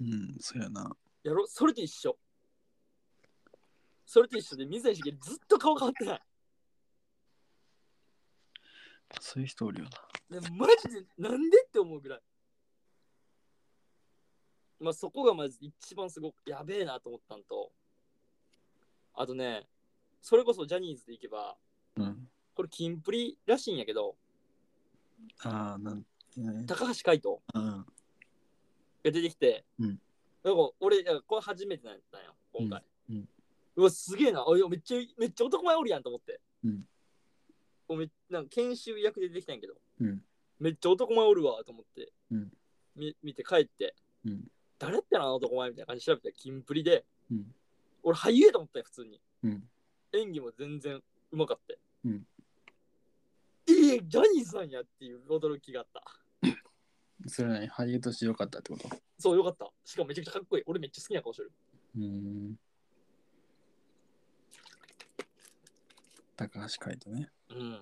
B: うん、そうやな。
A: やろそれと一緒。それと一緒で、水谷茂ずっと顔変わってない。
B: そういう人おるよな。
A: ね、マジでなんでって思うぐらい。まあそこがまず一番すごくやべえなと思ったんと、あとね、それこそジャニーズでいけば、
B: うん。
A: これキンプリらしいんやけど、
B: ああ、なんてね。
A: 高橋海人
B: うん。
A: が出てきて、
B: うん
A: なんか俺、なんかこれ初めてなんや今回。
B: うんうん
A: うわ、すげえな。あいやめっちゃ、めっちゃ男前おるやんと思って。
B: うん
A: おめなんか研修役で出てきたんやけど、
B: うん。
A: めっちゃ男前おるわと思って、
B: うん
A: み見て帰って、
B: うん
A: 誰ってなあの男前みたいな感じで調べたらキンプリで、
B: うん
A: 俺俳優やと思ったよ普通に
B: うん。
A: 演技も全然うまかった、
B: うん
A: ええジャニーさんやっていう驚きがあった
B: それはね、俳優として良かったってこと
A: そうよかったしかもめちゃくちゃかっこいい俺めっちゃ好きな顔してる
B: うん。高橋海人ね。
A: うん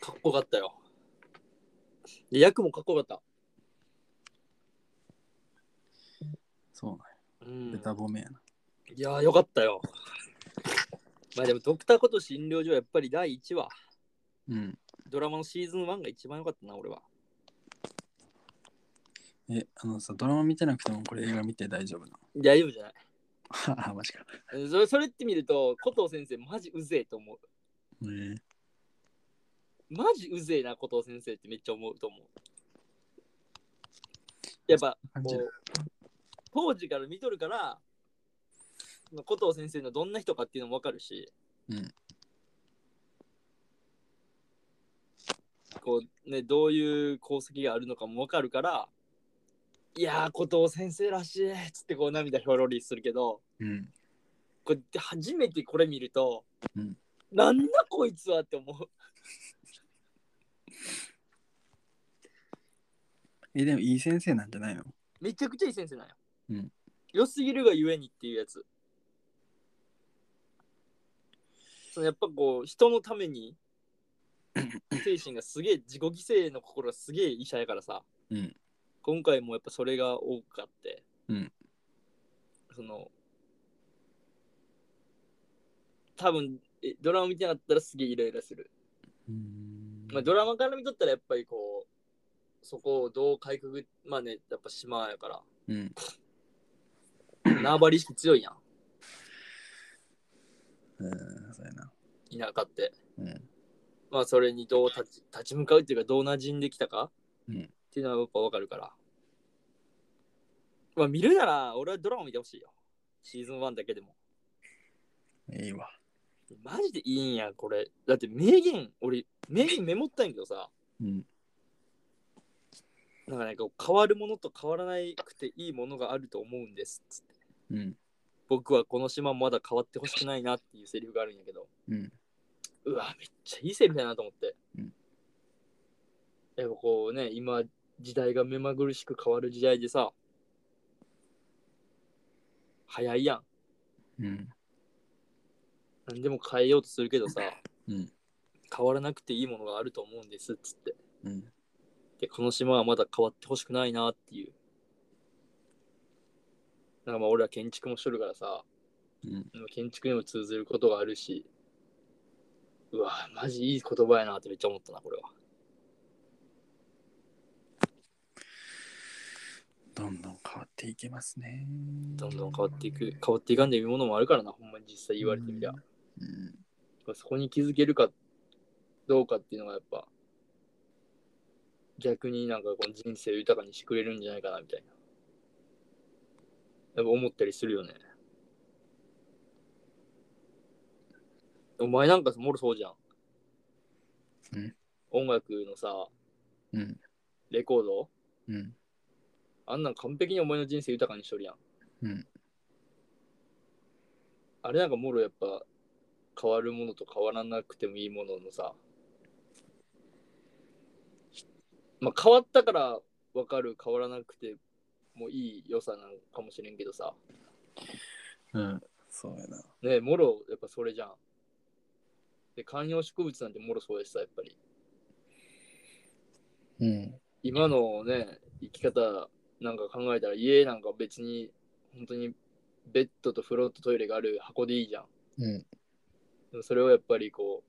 A: かっこよかったよで役もかっこよかっ
B: そうなんや
A: たうん
B: ベタ褒めやな。
A: いやーよかったよまあでもドクターこと診療所はやっぱり第1話
B: うん。
A: ドラマのシーズン1が一番良かったな、俺は。
B: え、あのさ、ドラマ見てなくてもこれ映画見て大丈夫な
A: 大丈夫じゃない。
B: のあ、マジか。
A: それそれって見ると、コトー先生、マジうぜえと思う。
B: えー、
A: マジうぜえな、コトー先生ってめっちゃ思うと思う。やっぱ、
B: 感
A: こ
B: じ
A: う、当時から見とるから、コトー先生のどんな人かっていうのもわかるし、
B: うん
A: こう、ね、どういう功績があるのかもわかるから、いやー、コトー先生らしいっつってこう涙ひょろりするけど、
B: うん。
A: これ初めてこれ見ると、
B: うん
A: なんだこいつはって思う
B: え、でもいい先生なんじゃないの
A: めちゃくちゃいい先生なんよ、
B: うん
A: 良すぎるがゆえにっていうやつそのやっぱこう人のため に精神がすげえ自己犠牲の心がすげえ医者やからさ、
B: うん
A: 今回もやっぱそれが多かって、
B: うん
A: その多分えドラマ見てなかったらすげえイライラする
B: うん
A: まあ、ドラマから見とったらやっぱりこうそこをどうかいくぐまあねやっぱ島やか
B: うん。
A: ら縄張り意識強いやん
B: うん、そうやな。
A: 田舎って
B: うん。
A: まあそれにどう立ち立ち向かうっていうかどう馴染んできたか、
B: うん
A: っていうのはやっぱ分かるからまあ見るなら俺はドラマ見てほしいよシーズン1だけでも
B: いいわ。
A: マジでいいんやこれだって名言俺名言メモったんやけどさ
B: うん。
A: なんかねこう変わるものと変わらなくていいものがあると思うんですつって
B: うん。
A: 僕はこの島まだ変わってほしくないなっていうセリフがあるんやけど
B: うん。
A: うわめっちゃいいセリフだなと思って、
B: うん
A: やっぱこうね今時代が目まぐるしく変わる時代でさ早いやん
B: うん。
A: 何でも変えようとするけどさ
B: うん。
A: 変わらなくていいものがあると思うんですっつって
B: うん。
A: でこの島はまだ変わってほしくないなっていうなんかまあ俺は建築もしとるからさ
B: うん。
A: 建築にも通ずることがあるしうわマジいい言葉やなってめっちゃ思ったなこれは
B: どんどん変わっていきますね。
A: どんどん変わっていく変わっていかんでいいものもあるからなほんまに実際言われてみりゃ、
B: うん。
A: そこに気づけるかどうかっていうのがやっぱ逆になんかこの人生を豊かにしてくれるんじゃないかなみたいなやっぱ思ったりするよねお前なんかもろそうじゃん、
B: うん
A: 音楽のさ
B: うん。
A: レコード
B: うん。
A: あんなん完璧にお前の人生豊かにしとるやん。
B: うん
A: あれなんかもろやっぱ変わるものと変わらなくてもいいもののさ。まあ変わったから分かる変わらなくてもいい良さなのかもしれんけどさ。
B: うん。そうやな。
A: ねえ、もろやっぱそれじゃん。で、観葉植物なんてもろそうやしさ、やっぱり。
B: うん。
A: 今のね、生き方なんか考えたら家なんか別に本当にベッドとフロートトイレがある箱でいいじゃん。
B: うん。
A: でもそれをやっぱりこ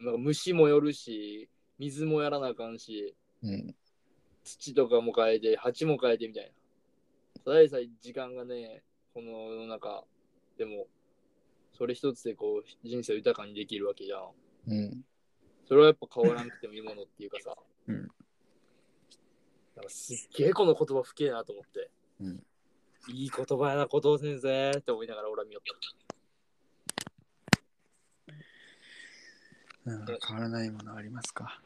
A: う、なんか虫も寄るし、水もやらなあかんし、
B: うん。
A: 土とかも変えて、鉢も変えてみたいな。ただでさえ時間がね、この世の中でも、それ一つでこう人生を豊かにできるわけじゃん。
B: うん。
A: それはやっぱ変わらなくてもいいものっていうかさ。
B: うん
A: なんかすっげえこの言葉不敬なと思って。
B: うん
A: いい言葉やな、後藤先生って思いながら俺は見よった。
B: なんか変わらないものありますか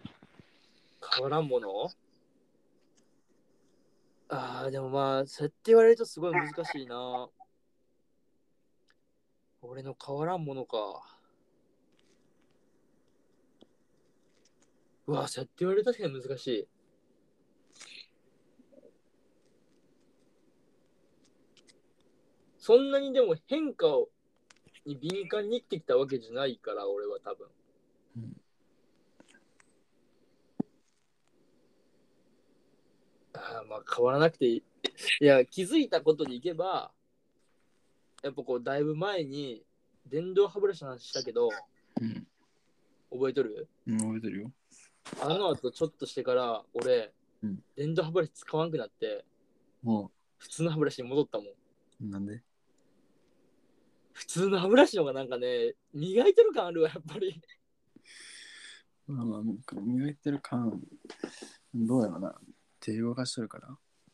A: 変わらんものああ、でもまあ、そうやって言われるとすごい難しいな。俺の変わらんものか。うわ、そうやって言われると確かに難しい。そんなにでも変化をに敏感に生きてきたわけじゃないから、俺は多分。あーまあ変わらなくていい。いや、気づいたことにいけば、やっぱこう、だいぶ前に、電動歯ブラシの話したけど、
B: うん。
A: 覚えとる
B: うん、覚えてるよ。
A: あの後ちょっとしてから、俺、
B: うん
A: 電動歯ブラシ使わなくなって、
B: も
A: 普通の歯ブラシに戻ったもん。
B: う、なんで
A: 普通の歯ブラシの方がなんかね、磨いてる感あるわ、やっぱり。
B: まあまあ、磨いてる感、どうやろな。手動かしとるから。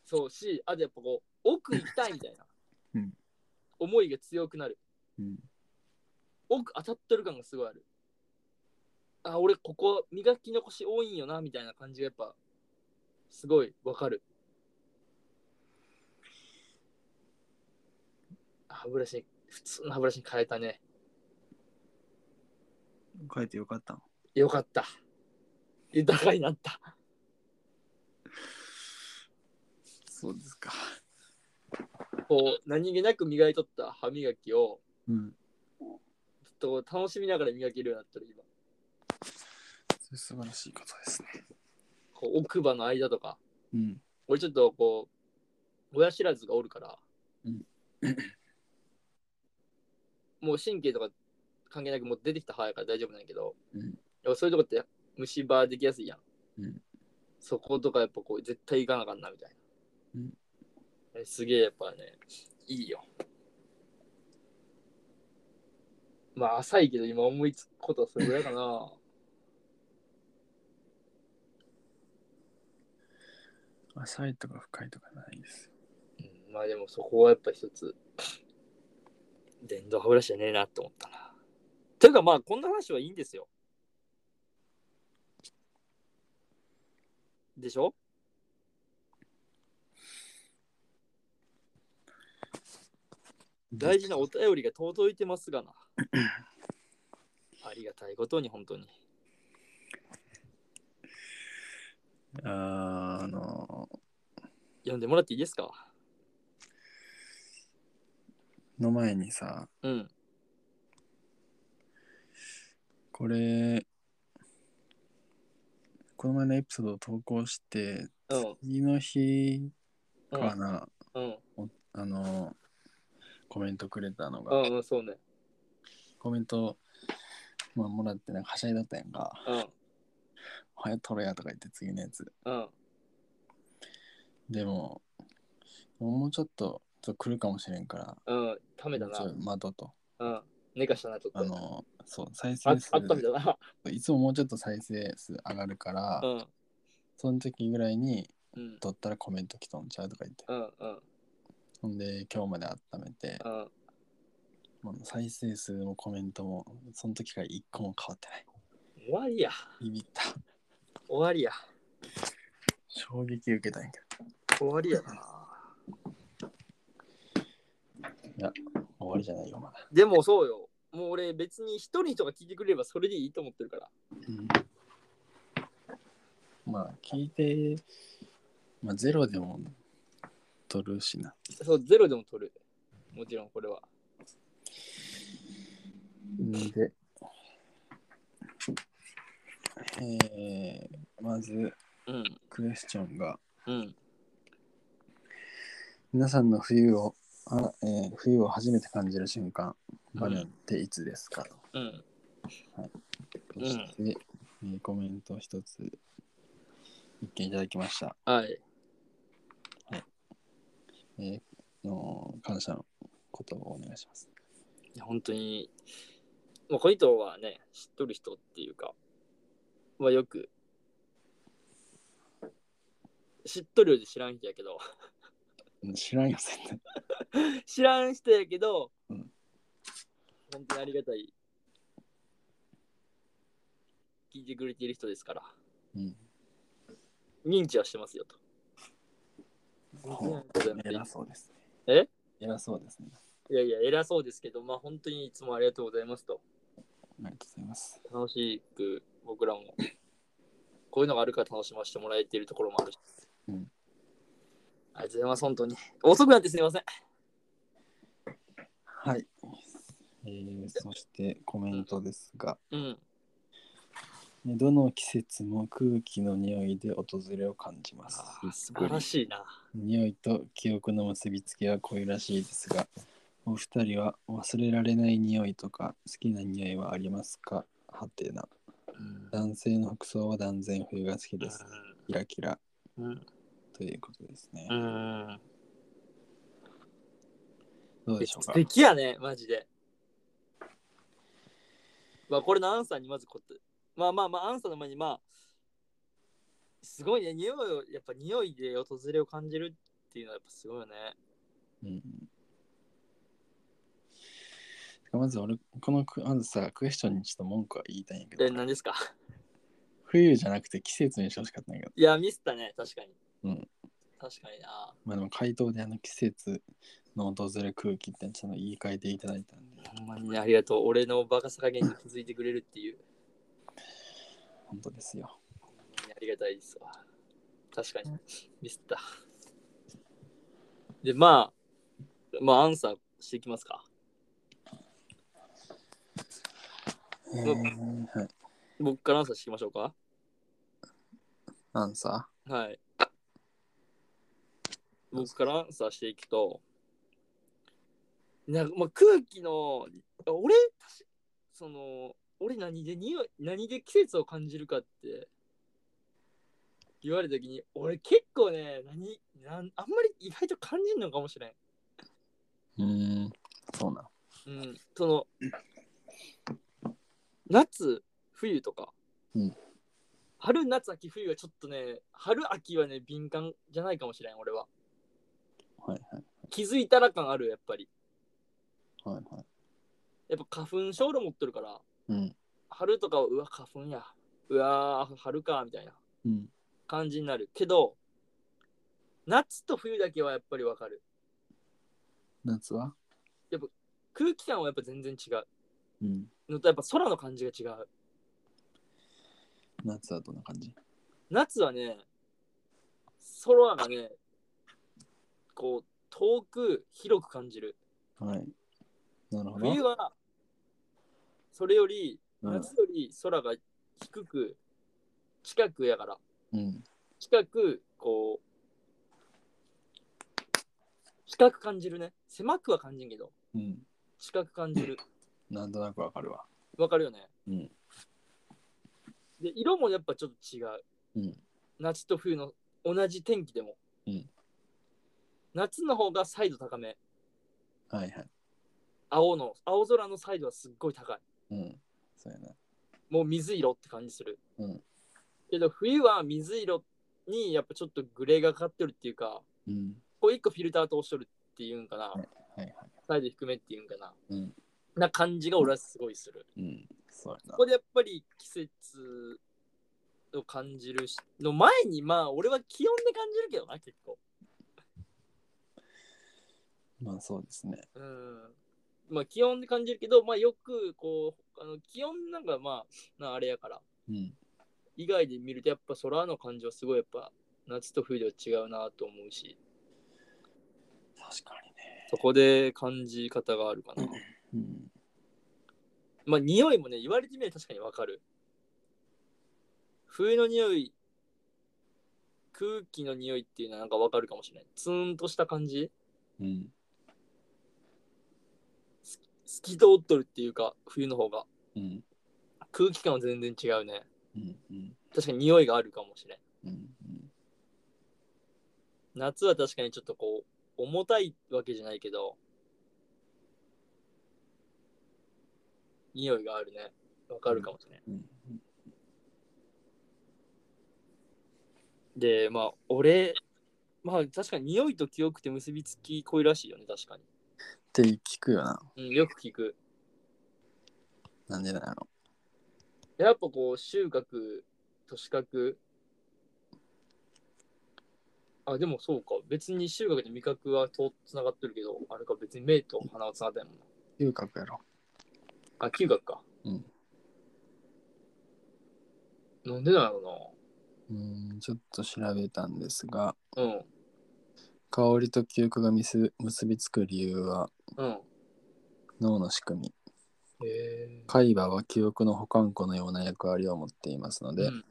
A: そうし、あとやっぱこう、奥行きたいみたいな、
B: うん
A: 思いが強くなる。
B: うん。
A: 奥当たってる感がすごいある。あ、俺ここ磨き残し多いんよなみたいな感じがやっぱすごいわかる。歯ブラシ、普通の歯ブラシに変えたね。
B: 変えてよかったの
A: よかった。豊かになった。
B: そうですか。
A: こう何気なく磨いとった歯磨きを
B: うん。
A: ずっとこう楽しみながら磨けるようになってる今。
B: それ素晴らしいことですね。
A: こう奥歯の間とか。
B: うん。
A: 俺ちょっとこう親知らずがおるから、
B: うん
A: もう神経とか関係なくもう出てきた歯やから大丈夫なんやけど、
B: うん
A: やっぱそういうとこって虫歯できやすいやん、
B: うん
A: そことかやっぱこう絶対行かなあかんなみたいな、えすげえやっぱねいいよまあ浅いけど今思いつくことはそれぐらいかな
B: 浅いとか深いとかないですよ。
A: うんまあでもそこはやっぱ一つ、電動歯ブラシじゃねえなって思ったな。というかまあこんな話はいいんですよ。でしょ大事なお便りが届いてますがな。ありがたいことに、本当に。
B: あーあの
A: 読んでもらっていいですか
B: の前にさ
A: うん。
B: これこの前のエピソードを投稿して
A: うん。
B: 次の日
A: う
B: か
A: ん。
B: な、
A: うん。
B: あのコメントくれたのが、
A: うん。そうね。
B: コメント、まあ、もらってなんかはしゃいだったやんか
A: うん。
B: 「早く撮れや」とか言って次のやつ
A: うん。
B: でももうちょっとちょっと来るかもしれんから
A: うん。ためだ
B: ちょ
A: な
B: っと。待とうと
A: うん。寝かしたな、ちょっと。
B: あのそう再
A: あ
B: 生数
A: あっためだな。
B: いつももうちょっと再生数上がるから、
A: うん。
B: その時ぐらいに
A: うん。
B: 撮ったらコメント来とんちゃうとか言って
A: うん。うん。
B: ほんで今日まで温めて、
A: うん。
B: もう再生数もコメントもその時から一個も変わってない
A: 終わりや。
B: ビビった
A: 終わりや。
B: 衝撃受けたんやけ
A: 終わりやな。
B: ど終わりじゃないよまだ、
A: でもそうよ。もう俺別に一人の人が聞いてくれればそれでいいと思ってるから。
B: まあ聞いて、まあ、ゼロでも撮るしな
A: そう、ゼロでも取る。もちろんこれは。
B: で、えー、まず
A: うん。
B: クエスチョンが
A: うん。
B: 皆さんの冬をあ、えー冬を初めて感じる瞬間場面っていつですか、
A: うん。
B: そして、えーコメント一つ一件いただきました、
A: はい。
B: えーの感謝の言葉をお願いします
A: いや本当に、まあ、この人はね、知っとる人っていうか、まあ、よく、知っとるより知らん人やけど、
B: 知らんよ絶対
A: 知らん人やけど、
B: うん
A: 本当にありがたい。聞いてくれている人ですから、
B: うん
A: 認知はしてますよと。
B: ほう偉そうですね
A: え
B: 偉そうですね
A: いやいや、偉そうですけど、まあ本当にいつもありがとうございますと。
B: ありがとうございます
A: 楽しく僕らもこういうのがあるから楽しませてもらえているところもあるし、
B: うん
A: ありがとうございます本当に遅くなってすみません
B: はい、えー、そしてコメントですが、
A: うん
B: ねどの季節も空気の匂いで訪れを感じます
A: あー素晴らしいな
B: 匂いと記憶の結びつきは濃いらしいですが、お二人は忘れられない匂いとか好きな匂いはありますかはてな。
A: うん
B: 男性の服装は断然冬が好きです。キラキラ
A: うん
B: ということですね。
A: うん
B: どうでしょう
A: 素
B: か
A: 敵やねマジでまあこれのアンさんにまずこってまあまあまあアンさんの前にまあすごいね匂いをやっぱ匂いで訪れを感じるっていうのはやっぱすごいよね
B: うん、まず俺、このクまずさ、クエスチョンにちょっと文句は言いたいんやけ
A: え
B: ど、
A: 何ですか
B: 冬じゃなくて季節にしてほしかったんやけど、
A: いや、ミスったね、確かに。
B: うん
A: 確かにな。
B: まあでも回答であの季節の訪れ空気ってちょっと言い換えていただいたんで、
A: ほんまにね、ありがとう。俺のバカさ加減に気づいてくれるっていう。
B: 本当ですよ。
A: ほんまにありがたいですわ。確かに。ミスった。で、まあ、まあ、アンサーしていきますか。
B: えーはい
A: 僕からアンサーしていきましょうか。
B: アンサ
A: はい。僕からアンサーしていくと、なんかまあ、空気の、俺、確かその、俺何で匂い、何で季節を感じるかって言われたときに、俺結構ね、何なん、あんまり意外と感じるのかもしれん。
B: ーうーん、そうな。
A: うん、その、夏、冬とか、
B: うん
A: 春、夏、秋、冬はちょっとね、春、秋はね、敏感じゃないかもしれん、俺は。
B: はいはい
A: 気づいたら感あるやっぱり
B: はいはい。
A: やっぱ花粉症路持っとるから
B: うん。
A: 春とかはうわ花粉やうわー春かみたいな
B: うん。
A: 感じになるけど夏と冬だけはやっぱりわかる
B: 夏は
A: やっぱ空気感はやっぱ全然違う
B: うん。
A: のとやっぱ空の感じが違う
B: 夏はどんな感じ
A: 夏はね空がねこう遠く広く感じる
B: はい。なるほど。
A: 冬はそれより
B: うん
A: 夏より空が低く近くやから
B: うん。
A: 近くこう近く感じるね狭くは感じんけど
B: うん。
A: 近く感じる
B: なんとなくわかるわ。
A: わかるよね
B: うん。
A: で色もやっぱちょっと違う
B: うん。
A: 夏と冬の同じ天気でも、
B: うん
A: 夏の方がサイド高め
B: はいはい。
A: 青の青空のサイドはすっごい高い
B: うん。そうやな。
A: もう水色って感じする、
B: うん
A: けど冬は水色にやっぱちょっとグレーがかかってるっていうか
B: うん。
A: こう一個フィルター通しとるっていうんかな、
B: はいはい。
A: サイド低めっていうんかな、
B: うん
A: な感じが俺はすごいする、
B: うん。そうやな
A: こ。こでやっぱり季節を感じるしの前にまあ俺は気温で感じるけどな結構
B: まあそうですね。
A: うんまあ気温で感じるけど、まあよくこう、あの気温なんかまあ、なあれやから、
B: うん。
A: 以外で見るとやっぱ空の感じはすごいやっぱ夏と冬では違うなと思うし、
B: 確かに
A: そこで感じ方があるかな。
B: ね。うん。
A: まあ匂いもね、言われてみれば確かにわかる。冬の匂い、空気の匂いっていうのはなんかわかるかもしれない。ツーンとした感じ
B: うん。
A: 透き通っとるっていうか、冬の方が。
B: うん。
A: 空気感は全然違うね。
B: うん。うん。
A: 確かに匂いがあるかもしれない。
B: うん。
A: 夏は確かにちょっとこう重たいわけじゃないけど匂いがあるねわかるかもしれない、
B: うん。
A: でまあ俺まあ確かに匂いと記憶って結びつき濃いらしいよね確か
B: って聞くよな。
A: に、うん、よく聞く
B: なんでなの
A: やっぱこう収穫と視覚あでもそうか別に収穫と味覚はとつながってるけどあれか別に目と鼻はつながってないもんな
B: 嗅覚やろ。
A: あ、嗅覚か。
B: うん。
A: なんでだろ
B: うん。ちょっと調べたんですが、
A: うな。
B: 香りと嗅覚がみす結びつく理由は
A: うん。うん。
B: 脳の仕組み。
A: へえ。
B: 海馬は記憶の保管庫のような役割を持っていますので、
A: うん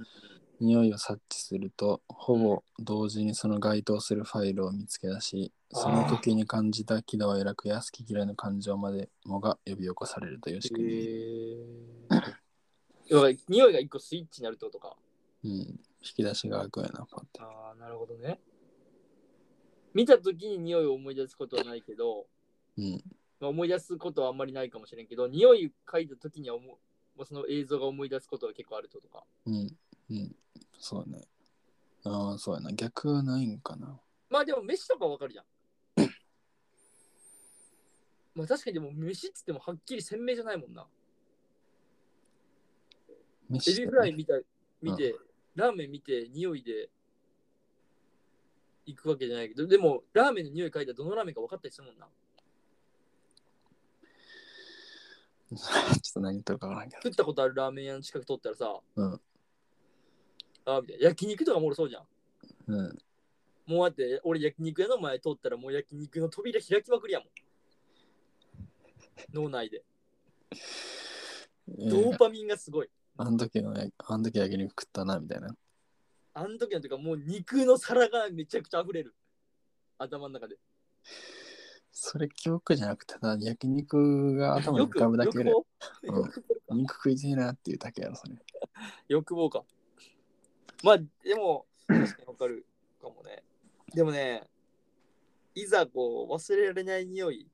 B: 匂いを察知するとほぼ同時にその該当するファイルを見つけ出し
A: あー
B: その時に感じた喜怒哀楽や好き嫌いの感情までもが呼び起こされるという仕組み、
A: へ え。やばい匂いが一個スイッチになるってことか。
B: うん、引き出しが開くようなパって
A: ああ、なるほどね。見た時に匂いを思い出すことはないけど、
B: うん
A: まあ、思い出すことはあんまりないかもしれんけど、匂い嗅いだ時には思う、まあ、その映像が思い出すことは結構あるってことか。
B: うんうんそうねああそうやな逆はないんかな
A: まあでも飯とかわかるじゃん。まあ確かにでも飯っつってもはっきり鮮明じゃないもんな。エ
B: 飯
A: ビフライ見た見て、ラーメン見て、匂いで行くわけじゃないけど、でもラーメンの匂い嗅いだらどのラーメンか分かったりするもんな。
B: ちょっと何言ってるかわからんけど
A: 食ったことあるラーメン屋の近く通ったらさ、
B: うん
A: あみたいな焼肉とかもろそうじゃん。
B: うん
A: もうだって俺焼肉屋の前通ったらもう焼肉の扉開きまくりや もん。脳内で。
B: え
A: ドー
B: ー
A: パミンがすごい。
B: あの時のやあの時焼肉食ったなみたいな
A: あの時のというかもう肉の皿がめちゃくちゃ溢れる。頭の中で。
B: それ記憶じゃなくてただ焼肉が頭に
A: よ
B: 浮
A: く
B: かぶだけ
A: 欲
B: で
A: 望
B: うん
A: 欲望か
B: 肉食いてえなっていうだけやろそれ
A: 欲望か。まあでも、確かにわかるかもね。でもね、いざこう忘れられない匂い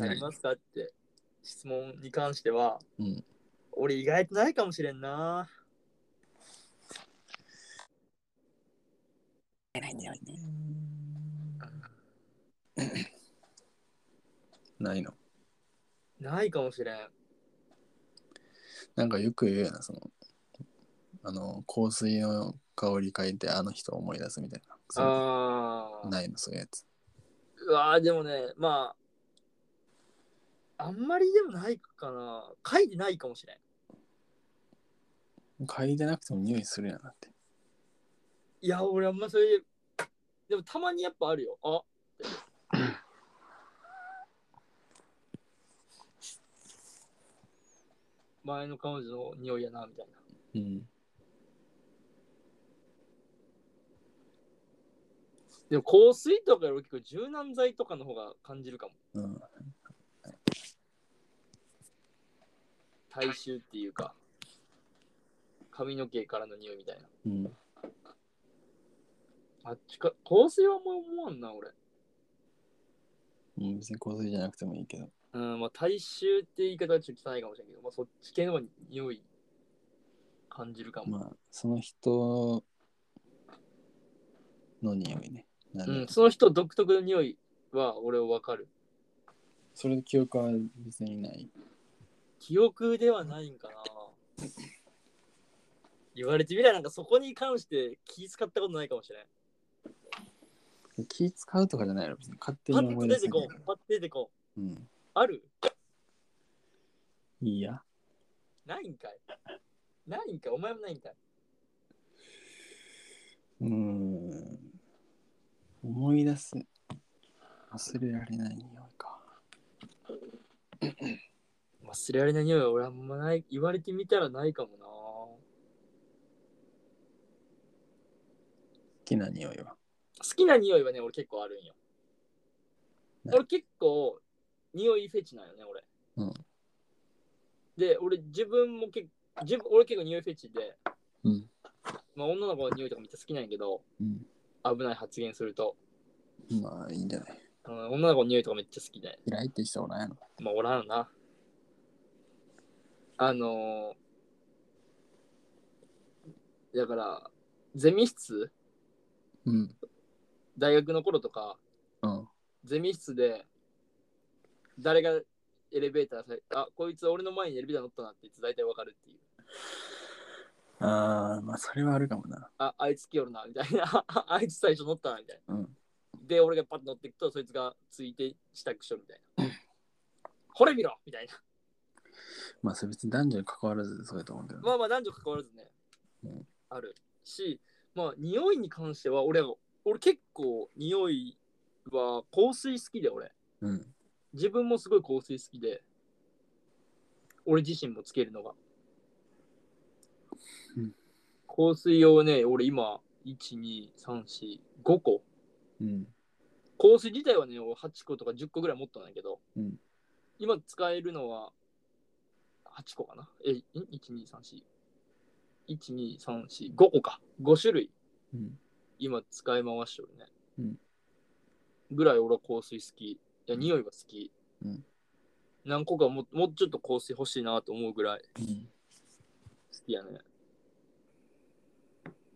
A: ありますかって質問に関しては、
B: うん
A: 俺意外とないかもしれんな。
B: ないんだよね。ないの。
A: ないかもしれん。
B: なんかよく言うよな、その、あの、香水の香り嗅いであの人を思い出すみたいな。そう
A: ああ。
B: ないの、そういうやつ。
A: うわーでもね、まあ、あんまりでもないかな。書いてないかもしれん。
B: 嗅いでなくても匂いするやんだって。
A: いや、俺あんまそういう。でもたまにやっぱあるよ。あ前の彼女の匂いやな、みたいな。
B: うん。
A: でも香水とかより結構柔軟剤とかの方が感じるかも。
B: うん。
A: 体臭っていうか。髪の毛からの匂いみたいな。
B: うん。
A: あっちか、香水はあんま思わんな、俺。
B: うん、別に香水じゃなくてもいいけど。
A: うん、まあ、大衆って言い方はちょっと汚いかもしれんけど、まあ、そっち系の方が匂い感じるかも。
B: まあ、その人の匂いね。な
A: う
B: る
A: ん、その人独特の匂いは俺はわかる。
B: それで記憶は別にない。
A: 記憶ではないんかな。言われてみればなんかそこに関して気使ったことないかもしれん。
B: 気使うとかじゃないの別に勝手
A: パ
B: に
A: ッ
B: 思
A: と
B: い出
A: 出
B: す
A: て
B: だけ
A: こ
B: だか
A: う
B: ら。。
A: パッと出てこう。
B: うん。
A: ある
B: いいや。
A: ないんかいないんかいお前もないんかいう
B: ーん。思い出す。忘れられない匂いか。
A: 忘れられない匂いは俺あんまない言われてみたらないかもな
B: 好きな匂いは。
A: 好きな匂いはね俺結構あるんよ
B: ね
A: 俺結構匂いフェチなんよね俺、
B: うん
A: で俺自分も結自分俺結構匂いフェチで、
B: うん
A: まあ、女の子の匂いとかめっちゃ好きなんやけど
B: うん。
A: 危ない発言すると、
B: まあ、いいんじゃない。
A: うん、女の子の匂いとかめっちゃ好きで
B: 嫌いって人おらんやろ。
A: まあ、おらんな。あのー、だから、ゼミ室、
B: うん。
A: 大学の頃とか、
B: うん。
A: ゼミ室で、誰がエレベーターさ、あ、こいつ俺の前にエレベーター乗ったなって言って大体わかるっていう。
B: ああ、まあ、それはあるかもな。
A: あ、あいつ来よるな、みたいな。 ああいつ最初乗ったな、みたいな。
B: うん
A: で、俺がパッと乗っていくと、そいつがついて支度しよるみたいな。これ見ろみたいな。
B: まあ、それ別に男女に関わらずそうやと思うけど。
A: まあまあ男女関わらずね、
B: うん
A: あるしまあ匂いに関しては俺は俺結構匂いは香水好きで俺
B: うん。
A: 自分もすごい香水好きで俺自身もつけるのが、
B: うん
A: 香水をね俺今12345個
B: うん。
A: 香水自体はね俺8個とか10個ぐらい持ったんだけど、
B: うん
A: 今使えるのは8個かなえ123412345個か5種類
B: うん。
A: 今使い回してるね、
B: うん
A: ぐらい俺は香水好きいや匂いは好き、
B: うん
A: 何個かももうちょっと香水欲しいなと思うぐらい
B: うん。
A: 好きやね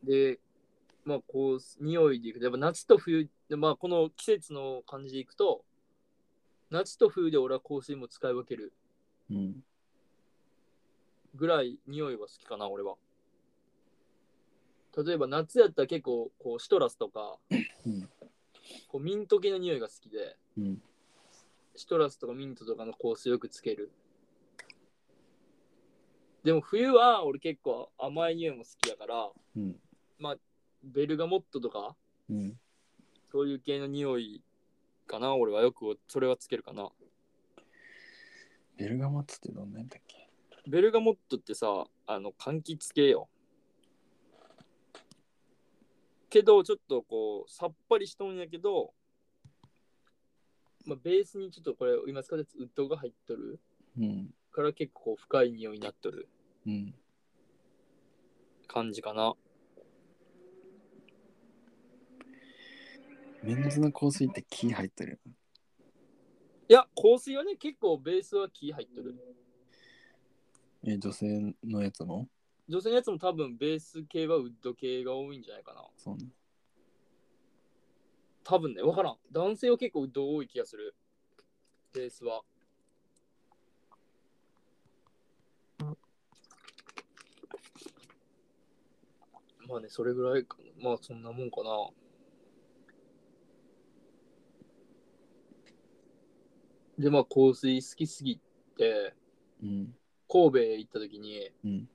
A: でまあこう匂いでいくとやっぱ夏と冬でまあこの季節の感じでいくと夏と冬で俺は香水も使い分ける
B: うん。
A: ぐらい匂いは好きかな俺は例えば夏やったら結構こうシトラスとか、
B: うん
A: こうミント系の匂いが好きで
B: うん。
A: シトラスとかミントとかの香水よくつけるでも冬は俺結構甘い匂いも好きやから
B: うん。
A: ベルガモットとか
B: うん。
A: そういう系の匂いかな俺はよくそれはつけるかな
B: ベルガモッツってどんなんやったっけ
A: ベルガモットってさあの柑橘系よけどちょっとこうさっぱりしとんやけど、まあ、ベースにちょっとこれ今使ったやつウッドが入っとる
B: うん。
A: から結構深い匂いになっとる
B: うん。
A: 感じかな
B: メンズの香水って木入ってる。
A: いや香水はね結構ベースは木入っとる
B: え、女性のやつも
A: 女性のやつも多分ベース系はウッド系が多いんじゃないかな
B: そうね。
A: 多分ね、わからん。男性は結構どう多い気がする。ベースは。まあね、それぐらいかな。まあそんなもんかな。で、まあ、香水好きすぎて、
B: うん。
A: 神戸行った時に
B: うん。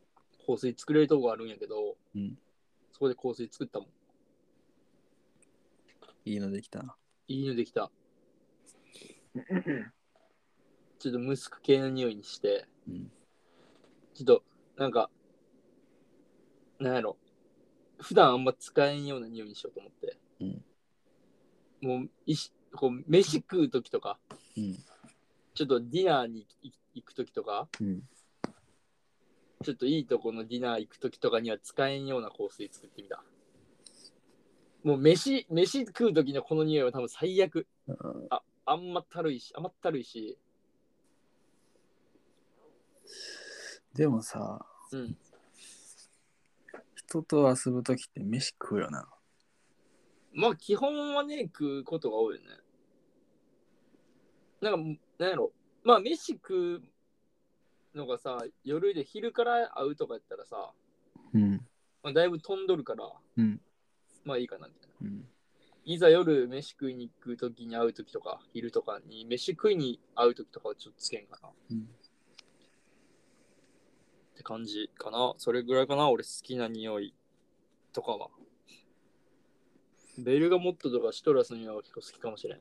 A: 香水作れるとこがあるんやけど、
B: うん
A: そこで香水作ったもん。
B: いいのできた。
A: いいのできた。ちょっとムスク系の匂いにして、
B: うん。
A: ちょっと、なんか、なんやろ、普段あんま使えんような匂いにしようと思って。
B: うん
A: もう、いしこう飯食うときとか、
B: うん。
A: ちょっとディナーに行き行くときとか、
B: うん。
A: ちょっといいとこのディナー行くときとかには使えんような香水作ってみた。もう飯、飯食うときのこの匂いは多分最悪。あんまたるいし、甘ったるいし。
B: でもさ、
A: うん。
B: 人と遊ぶときって飯食うよな。
A: まあ基本はね、食うことが多いよね。なんか、なんやろ。まあ飯食うのがさ、夜で昼から会うとかやったらさ、
B: うん。
A: まあ、だいぶ飛んどるから、
B: うん。
A: まあいいかなみたいな。
B: うん。
A: いざ夜飯食いに行くときに会うときとか、昼とかに飯食いに会うときとかはちょっとつけんかな。
B: うん
A: って感じかな。それぐらいかな、俺好きな匂いとかは。ベルガモットとかシトラスの匂いは結構好きかもしれん。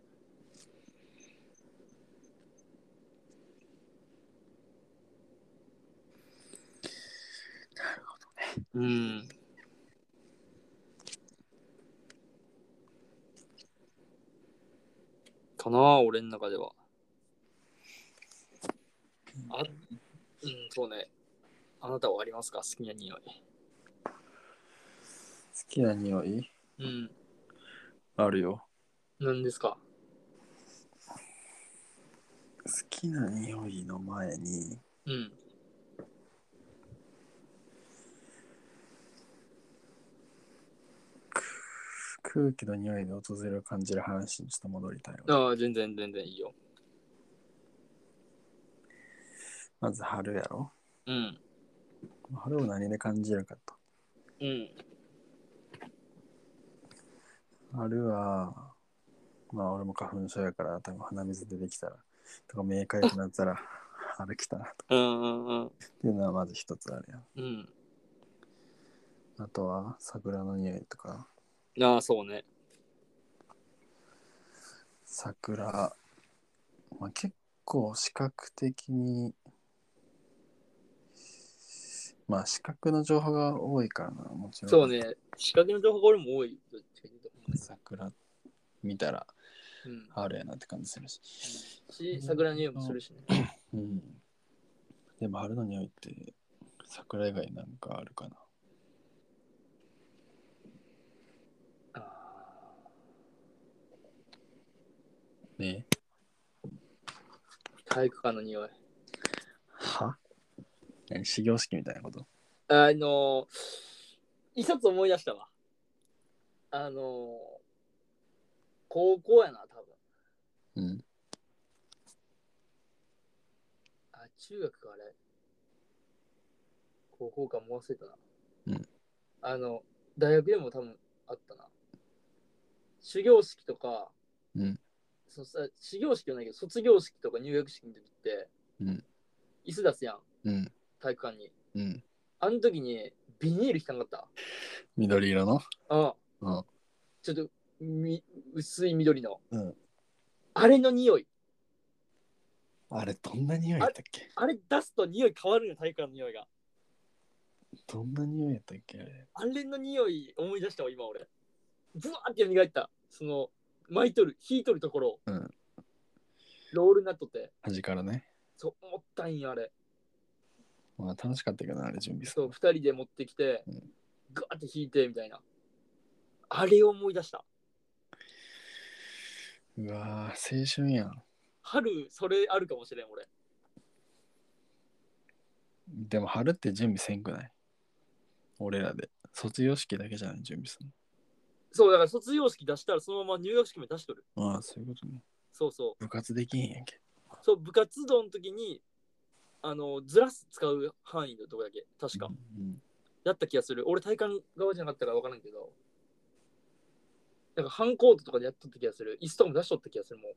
A: うん。かな、俺の中では。あ、うん、そうね。あなたはありますか好きな匂い。
B: 好きな匂い
A: うん。
B: あるよ。
A: 何ですか
B: 好きな匂いの前に、
A: うん。
B: 空気の匂いで訪れる感じる話にちょっと戻りたいわ。
A: ああ、全然全然いいよ。
B: まず春やろ。
A: うん。
B: 春を何で感じるかと。
A: うん。
B: 春は、まあ俺も花粉症やから、多分鼻水出てきたら、とか目かゆくなったら、歩きたなとか
A: うんうんうん。
B: っていうのはまず一つあるやん。
A: うん。
B: あとは桜の匂いとか、
A: ああ、そうね。
B: 桜、まあ、結構視覚的に、まあ視覚の情報が多いからな、もちろん。
A: そうね。仕掛けの情報が俺も多い。どっちかというと
B: 桜見たら
A: うん。
B: 春やなって感じするし。
A: し、桜の匂いもするしね。
B: うん。でも春の匂いって桜以外なんかあるかな。
A: あ
B: ね
A: ー体育館の匂い。
B: は何始業式みたいなこと
A: あのー、一つ思い出したわ。あのー、高校やな、多分。
B: うん。
A: あ、中学かあれ。高校かも忘れたな。
B: うん
A: あの、大学でも多分あったな。修業式とか、
B: うん
A: そさ修業式はないけど、卒業式とか入学式の時って、
B: うん
A: 椅子出すやん、
B: うん。
A: 体育館に。
B: うん。
A: あの時にビニール引かんかった。
B: 緑色の
A: あ
B: うん。
A: ちょっとみ薄い緑の。
B: うん
A: あれの匂い。
B: あれどんな匂いやったっけ
A: あれ出すと匂い変わるよ、体育館の匂いが。
B: どんな匂いやったっけあれ。
A: あれの匂い思い出したわ、今俺。ブワーって蘇った。その、巻いとる、引いとるところを。
B: うん
A: ロールになっとって。
B: 端からね。
A: そう、思ったんや、あれ。
B: まあ楽しかったけどなあれ準備す
A: そう、
B: る
A: 二。人で持ってきて
B: うん、
A: グワーって引いて、みたいな。あれを思い出した。
B: うわー青春やん。
A: 春、それあるかもしれん、俺。
B: でも春って準備せんくない俺らで。卒業式だけじゃない準備する
A: そう、だから卒業式出したら、そのまま入学式も出しとる。
B: の。ああ、そういうことね。
A: そうそ
B: 部活できへんやんけ。
A: う。そう、部活動の時に、あの、ずらす使う範囲のとこだけ、確か。
B: うん。
A: だった気がする。俺体感側じゃなかったから分からんけど。なんかハンコートとかでやっとった気がする。椅子とかも出しとった気がするもん。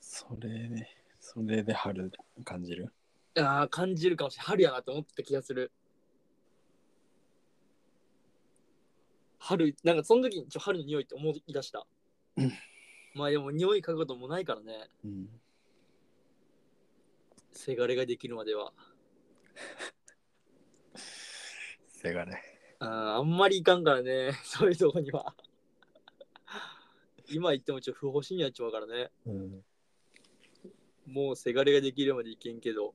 B: それで、それで春感じる
A: ああ、感じるかもしれない。春やなと思ってた気がする。春、なんかその時にちょ春の匂いって思い出した
B: うん。
A: まあでも匂い嗅ぐこともないからね。
B: うん。
A: せがれができるまでは。
B: せがれ。
A: あーあんまりいかんからね。 そういうとこには。 今言ってもちょっと不法侵入やっちまうからね。
B: うん。
A: もうせがれができるまでいけんけど。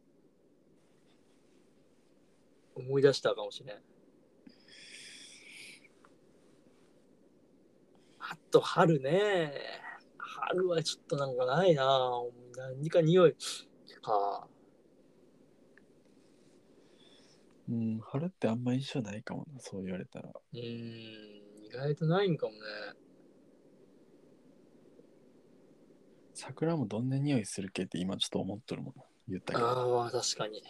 A: 思い出したかもしれん。あと春ね。春はちょっとなんかないな。何か匂いか。
B: うん、春ってあんま印象ないかもな、そう言われたら。
A: うーん、意外とないんかもね。
B: 桜もどんな匂いするっけって今ちょっと思っとるもんな。言ったけど。
A: ああ、確かに。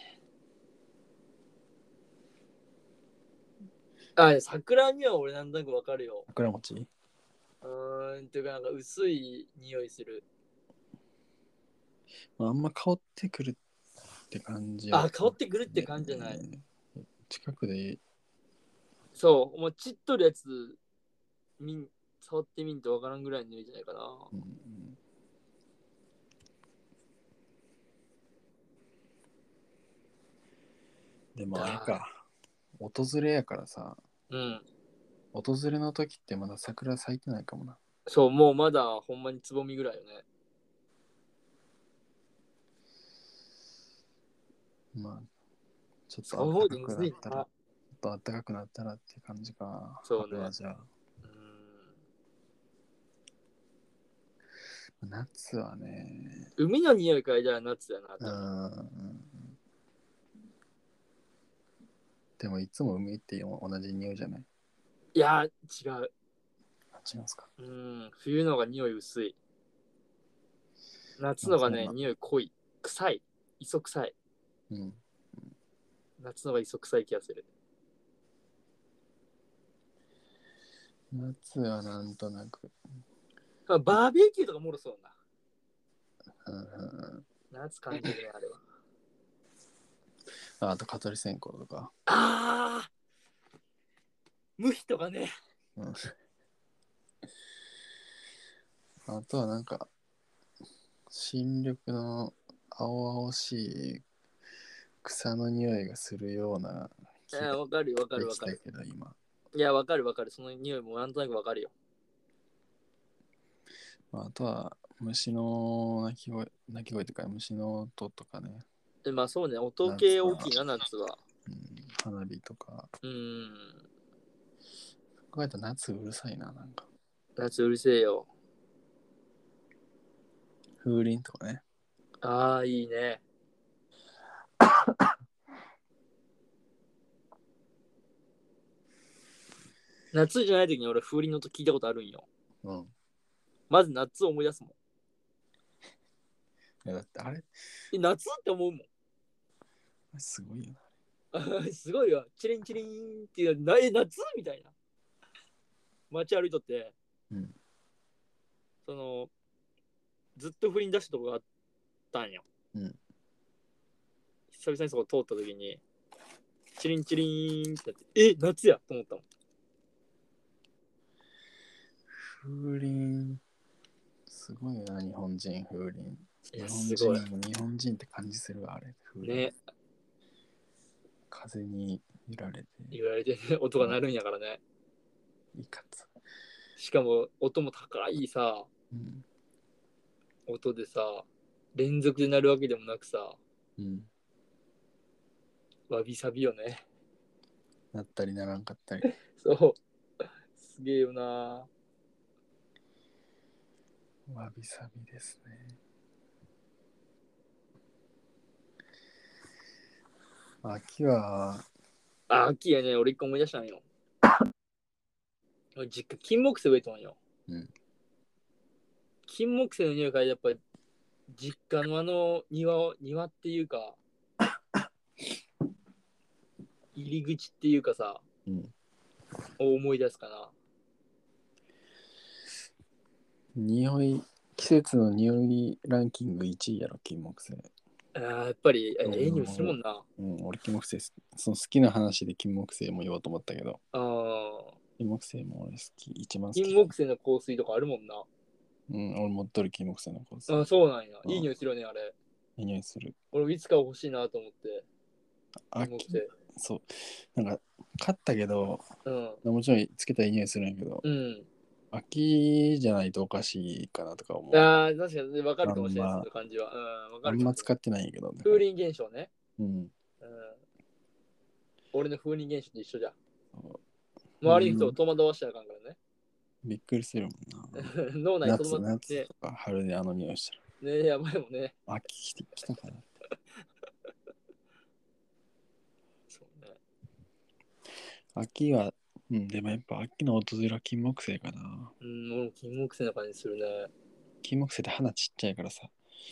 A: あ、桜には俺なんとなくわかるよ。
B: 桜餅
A: うーん、っていうかなんか薄い匂いする。
B: まああんま香ってくるって感じは
A: あ、香ってくるって感じじゃない。
B: うん近くで
A: そう、もうちっとるやつ、みん触ってみんとわからんぐらいの匂いじゃないかな。
B: うんでもあれか訪れやからさ
A: うん。
B: 訪れの時ってまだ桜咲いてないかもな
A: そう、もうまだほんまにつぼみぐらいよね。
B: まあちょっと
A: そう方で
B: 暖
A: む
B: かく
A: ず
B: ないったら
A: な。
B: ちょっと暖かくなったらって感じか
A: そうね
B: 春はじゃあ
A: うーん。
B: 夏はね
A: 海の匂い嗅いだら夏やな
B: う
A: と。
B: んうんでもいつも海って同じ匂いじゃない
A: いやー、違う。
B: あ違いますか
A: うん、冬のが匂い薄い。夏のが
B: あそう
A: ね、
B: なん
A: 匂い濃い。臭い。磯臭い。
B: うん
A: 夏のが磯臭い気がする。
B: 夏はなんとなく
A: まあバーベキューとかもろそう
B: うんうんうん
A: な。夏感じるね、あれは。
B: ああと蚊取り線香とか
A: あー無比とかね。
B: うんあとはなんか新緑の青々しい草の匂いがするような気
A: えー
B: が
A: わかるよわかる
B: で
A: わ
B: き
A: か
B: た
A: る。
B: けど今、
A: いや、わかるわかる。その匂いもなんとなくわかるよ。
B: まあ、あとは虫の鳴き声鳴き声とか虫の音とかね、
A: でまあそうね、音系大きいな、夏は。
B: うん、花火とか
A: うん。
B: 考えたら夏うるさいななんか
A: 夏うるせえよ。
B: 風鈴とかね
A: ああ、いいね。 夏じゃない時に俺、風鈴の音聞いたことあるんよ。
B: うん
A: まず夏を思い出すもん。
B: いやだってあれ
A: え、夏って思うも。
B: すごいよな ん
A: すごいわ。チリンチリンっていうのは、なえ、夏みたいな。街歩いとって、
B: うん
A: その、ずっと風鈴出したとこがあったんよ。
B: うん
A: 久々にそこ通った時に、チリンチリンってなって、え、夏やと思ったもん。
B: 風鈴すごいよな日本人風鈴
A: い
B: 日
A: や、
B: 本
A: すごい。
B: 人日本人って感じするわあれ風鈴
A: ね、
B: 風に揺られて
A: 言われて、ね、音が鳴るんやからね。
B: いかつ、
A: しかも、音も高いさ、
B: うん
A: 音でさ、連続で鳴るわけでもなくさ、
B: うん、
A: わびさびよね。
B: なったりならんかったり
A: そう。すげえよな。
B: わびさびですね秋は
A: あ、秋やね、俺一個思い出したんよ。俺実家、金木犀植えとんよ。
B: うん
A: 金木犀の匂いからやっぱ、実家のあの庭を、庭っていう か、入り口っていうかさ、
B: うん
A: を思い出すかな。
B: 匂い季節の匂いランキング1位やろ、金木犀。
A: あーやっぱり、えええ匂いするもんな。
B: うん、俺、金木犀好き、その好きな話で金木犀も言おうと思ったけど、
A: あー
B: 金木犀も俺好き、一番好き。
A: 金木犀の香水とかあるもんな。
B: うん、俺持っとる金木犀の香水。
A: あそうなんや。
B: うん
A: いい匂いするよね、あれ。
B: いい匂いする。
A: 俺もいつか欲しいなと思って。
B: あ、
A: 金木犀。
B: そう。なんか、買ったけど、
A: うん。
B: もちろんつけたらいい匂いするんやけど、
A: うん。
B: 秋じゃないとおかしいかなとか思う。
A: ああ、確かに分かるかもしれない、
B: あんま
A: その感じは。うん、分か
B: あ
A: る
B: ん
A: か
B: ま
A: も
B: 使ってないんやけど、ね。
A: 風鈴現象ね。
B: うん。
A: うん。俺の風鈴現象と一緒じゃん。
B: そう
A: 周りの人を戸惑わしたらあかんからね。
B: びっくりするもんな。
A: 脳内にとど
B: 夏、
A: まって
B: 夏とか春であの匂いした
A: ね、ねやばいもんね。
B: ら、秋来てきたかな。
A: そうね。
B: 秋は、うん、でもやっぱ秋の訪れは金木犀かな。
A: うん、俺も金木犀な感じするね。
B: 金木犀って花ちっちゃいからさ、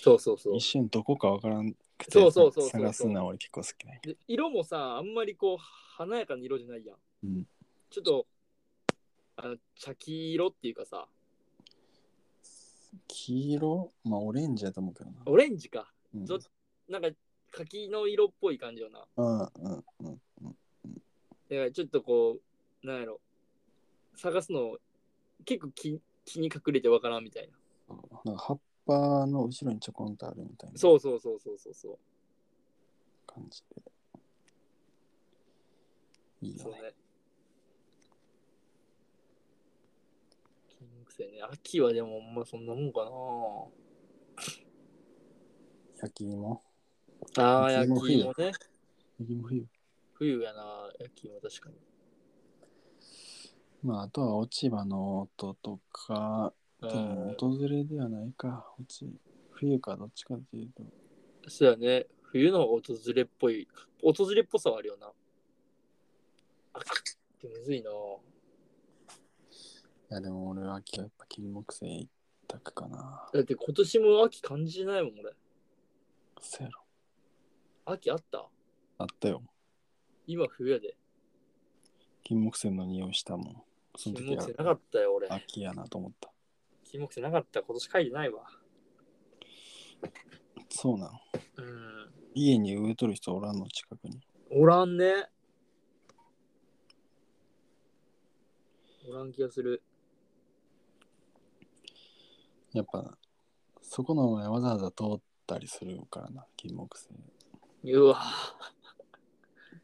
A: そうそうそう
B: 一。瞬どこかわからんくて
A: そうそうそうそう
B: 探すのは俺結構好きなんやけ
A: で色もさ、あんまりこう、華やかな色じゃないやん。
B: ど。うん。
A: ちょっと、あの、茶黄色っていうかさ、
B: 黄色まあオレンジやと思うけどな。
A: オレンジか。
B: うん
A: どなんか、柿の色っぽい感じよな。
B: うんうんうん。
A: だからちょっとこう、なんやろ、探すの、結構気気に隠れてわからんみたいな。
B: なんか葉っぱの後ろにちょこんとあるみたいな
A: そうそうそうそうそうそう。
B: 感じで。いいよ
A: そう
B: ね。
A: ね。金木犀ね。秋はでも、まあそんなもんか
B: 焼き芋
A: な。ああ、
B: 秋
A: 焼
B: も冬
A: き芋ね。
B: 焼き芋冬。
A: 冬やな、焼き芋確かに。
B: まああとは落ち葉の音とか、
A: う
B: でも
A: ん、
B: 訪れではないか。落ち冬かどっちかっていうと。
A: そうやね。冬の訪れっぽい、訪れっぽさはあるよな。秋ってむずいな。
B: いやでも俺は秋はやっぱ金木犀一択かな。
A: だって今年も秋感じないもん、俺。
B: そうやろ。
A: 秋あった
B: あったよ。
A: 今冬やで。
B: 金木犀の匂いしたもん。その
A: 金木
B: 時は
A: 犀なかったよ、俺。
B: 秋やなと思った。
A: 金木犀なかった。今年書いてないわ。
B: そうなの。
A: うん。
B: 家に植えとる人おらんの近くに。
A: おらんね。おらん気がする。
B: やっぱ、そこの前わざわざ通ったりするからな、金木犀。
A: うわ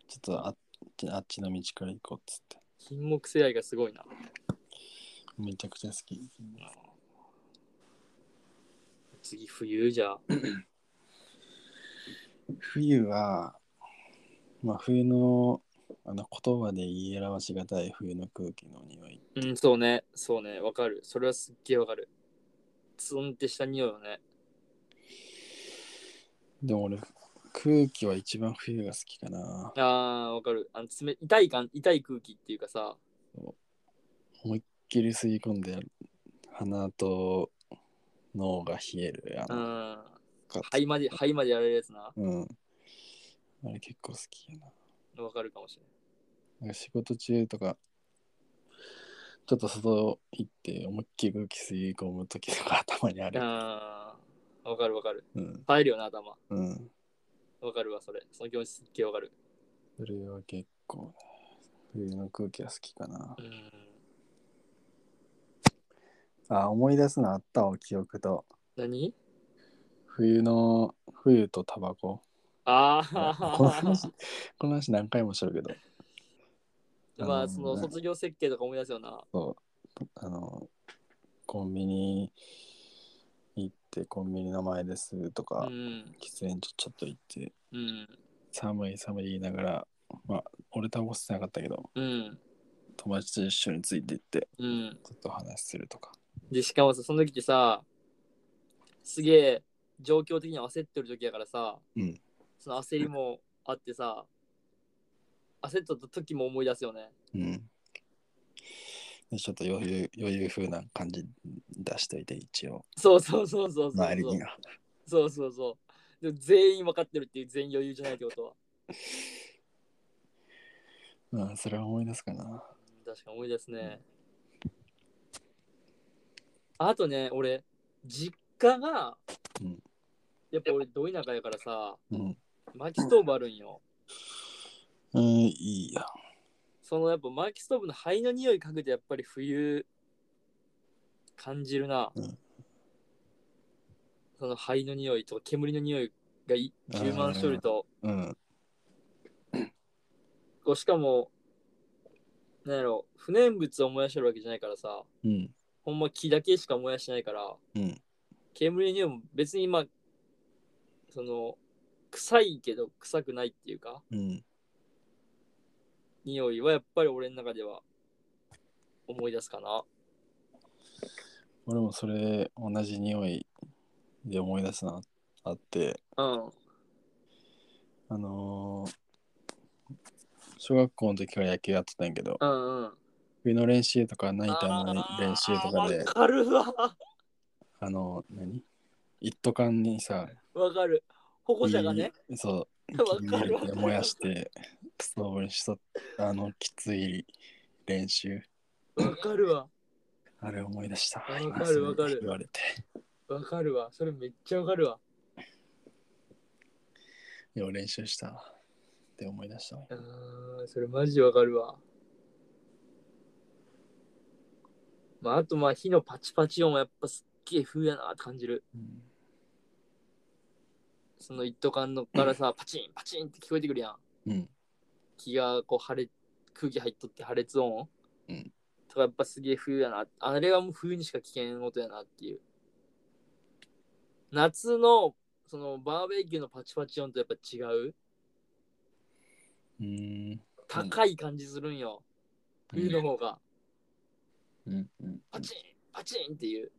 B: ちょっとあっちあっちの道から行こうっつって。
A: 金木犀愛がすごいな。
B: めちゃくちゃ好き。金木犀
A: 次冬じゃあ。
B: 冬は、まあ冬の、あの言葉で言い表しがたい冬の空気の匂い。
A: うん、そうね。そうね。わかる。それはすっげえわかる。ツンってした匂いよね。
B: でも俺、空気は一番冬が好きかな。
A: ああ、わかる。あの冷痛い感、痛い空気っていうかさ。
B: 思いっきり吸い込んで鼻と脳が冷えるや
A: うんん。
B: か、
A: 肺まで、肺までやられるやつな。
B: うんあれ結構好きやな
A: わかるかもしれない。
B: なんか仕事中とかちょっと外行って思いっきり空気吸い込む時とか頭にある
A: ああ、わかるわかる。
B: うん
A: 入るよな、頭。
B: うん
A: わかるわ、それ。その気持ちすっげえわかる。
B: それは結構ね冬の空気は好きかな
A: うん。
B: あ思い出すのあったわ記憶と
A: 何
B: 冬の冬とタバコ
A: あ
B: この
A: あ。
B: 話この話何回もしてるけど
A: ま
B: あ
A: あ、
B: の
A: その卒業設計とか思い出すよな。
B: そうあのコンビニ行ってコンビニの前ですと
A: う
B: か、
A: ん。
B: 喫煙所ちょっと行って
A: うん。
B: 寒い寒い言いながらまあ俺タバコ吸ってなかったけど
A: うん。
B: 友達と一緒について行って
A: うん。
B: ちょっと話するとか
A: で、しかもさ、その時ってさ、すげえ状況的に焦ってる時やからさ、
B: うん
A: その焦りもあってさ、焦っとった時も思い出すよね。
B: うんでちょっと余裕余裕風な感じ出しといて一応
A: そうそうそうそうそう
B: 周り
A: そ
B: に
A: う。
B: は
A: そうそうそう。でも全員分かってるっていう全員余裕じゃないってことは。
B: うんそれは思い出すかな
A: 確かに思い出すね。あとね、俺、実家が、
B: うん
A: やっぱ俺ど田舎やからさ
B: うん。
A: 薪ストーブあるんよ、
B: うん、いいや。
A: そのやっぱ薪ストーブの灰の匂い嗅ぐとやっぱり冬感じるな、
B: うん
A: その灰の匂いと煙の匂いがい10万種類と
B: うん。
A: こうしかもなんやろ不燃物を燃やしてるわけじゃないからさ
B: うん。
A: ほんま木だけしか燃やしてないから
B: うん。
A: 煙の匂いも別にまあその臭いけど臭くないっていうか
B: うん。
A: 匂いはやっぱり俺の中では思い出すかな
B: 俺もそれ、同じ匂いで思い出すな、あって、
A: うん
B: あのー小学校の時から野球やってたんやけど、
A: うんうん
B: 冬の練習とか、ナイターの練習とか
A: あーわ
B: で、
A: かるわ。
B: あのー、何一斗缶にさ、
A: わかる。保護者がね。
B: いいそう、
A: わ
B: 火
A: かるわ
B: 入
A: か
B: れ
A: る。
B: て燃やして、ストーブにしとっあの、きつい練習。
A: わかるわ。
B: あれ思い出した。
A: わかる
B: 今それ
A: わかる
B: 言われて。
A: わかるわ。それめっちゃわかるわ。
B: よう練習したって思い出したわ。
A: うーん、それマジわかるわ。まあ、あとまあ火のパチパチ音はやっぱすっげえ風やなって感じる。
B: うん
A: その一斗缶のからさ、パチンパチンって聞こえてくるやん。
B: うん。
A: 気がこう破裂、空気入っとって破裂音、
B: うん、
A: とかやっぱすげえ冬やな。あれはもう冬にしか聞けん音やなっていう。夏のそのバーベキューのパチパチ音とやっぱ違う。
B: うーん。
A: 高い感じするんよ。冬の方が。
B: うん。うん。
A: パチンパチンっていう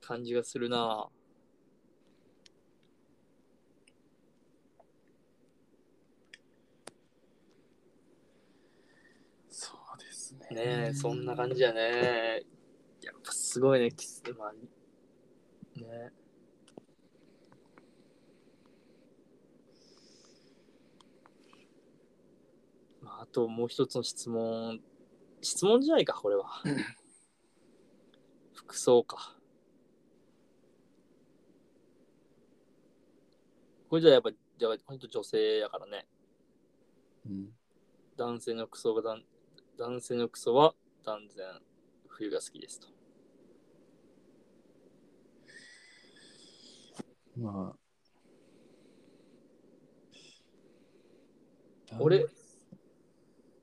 A: 感じがするな。
B: そうですね。
A: ねえ、そんな感じやね。やっぱすごいね、キスマン。ねえまあ、あともう一つの質問。質問じゃないか、これは。服装か。これじゃやっぱ、やっぱ本当女性やからね。
B: うん。
A: 男性の服装がだん男性の服装は断然冬が好きですと。
B: まあ。
A: 俺、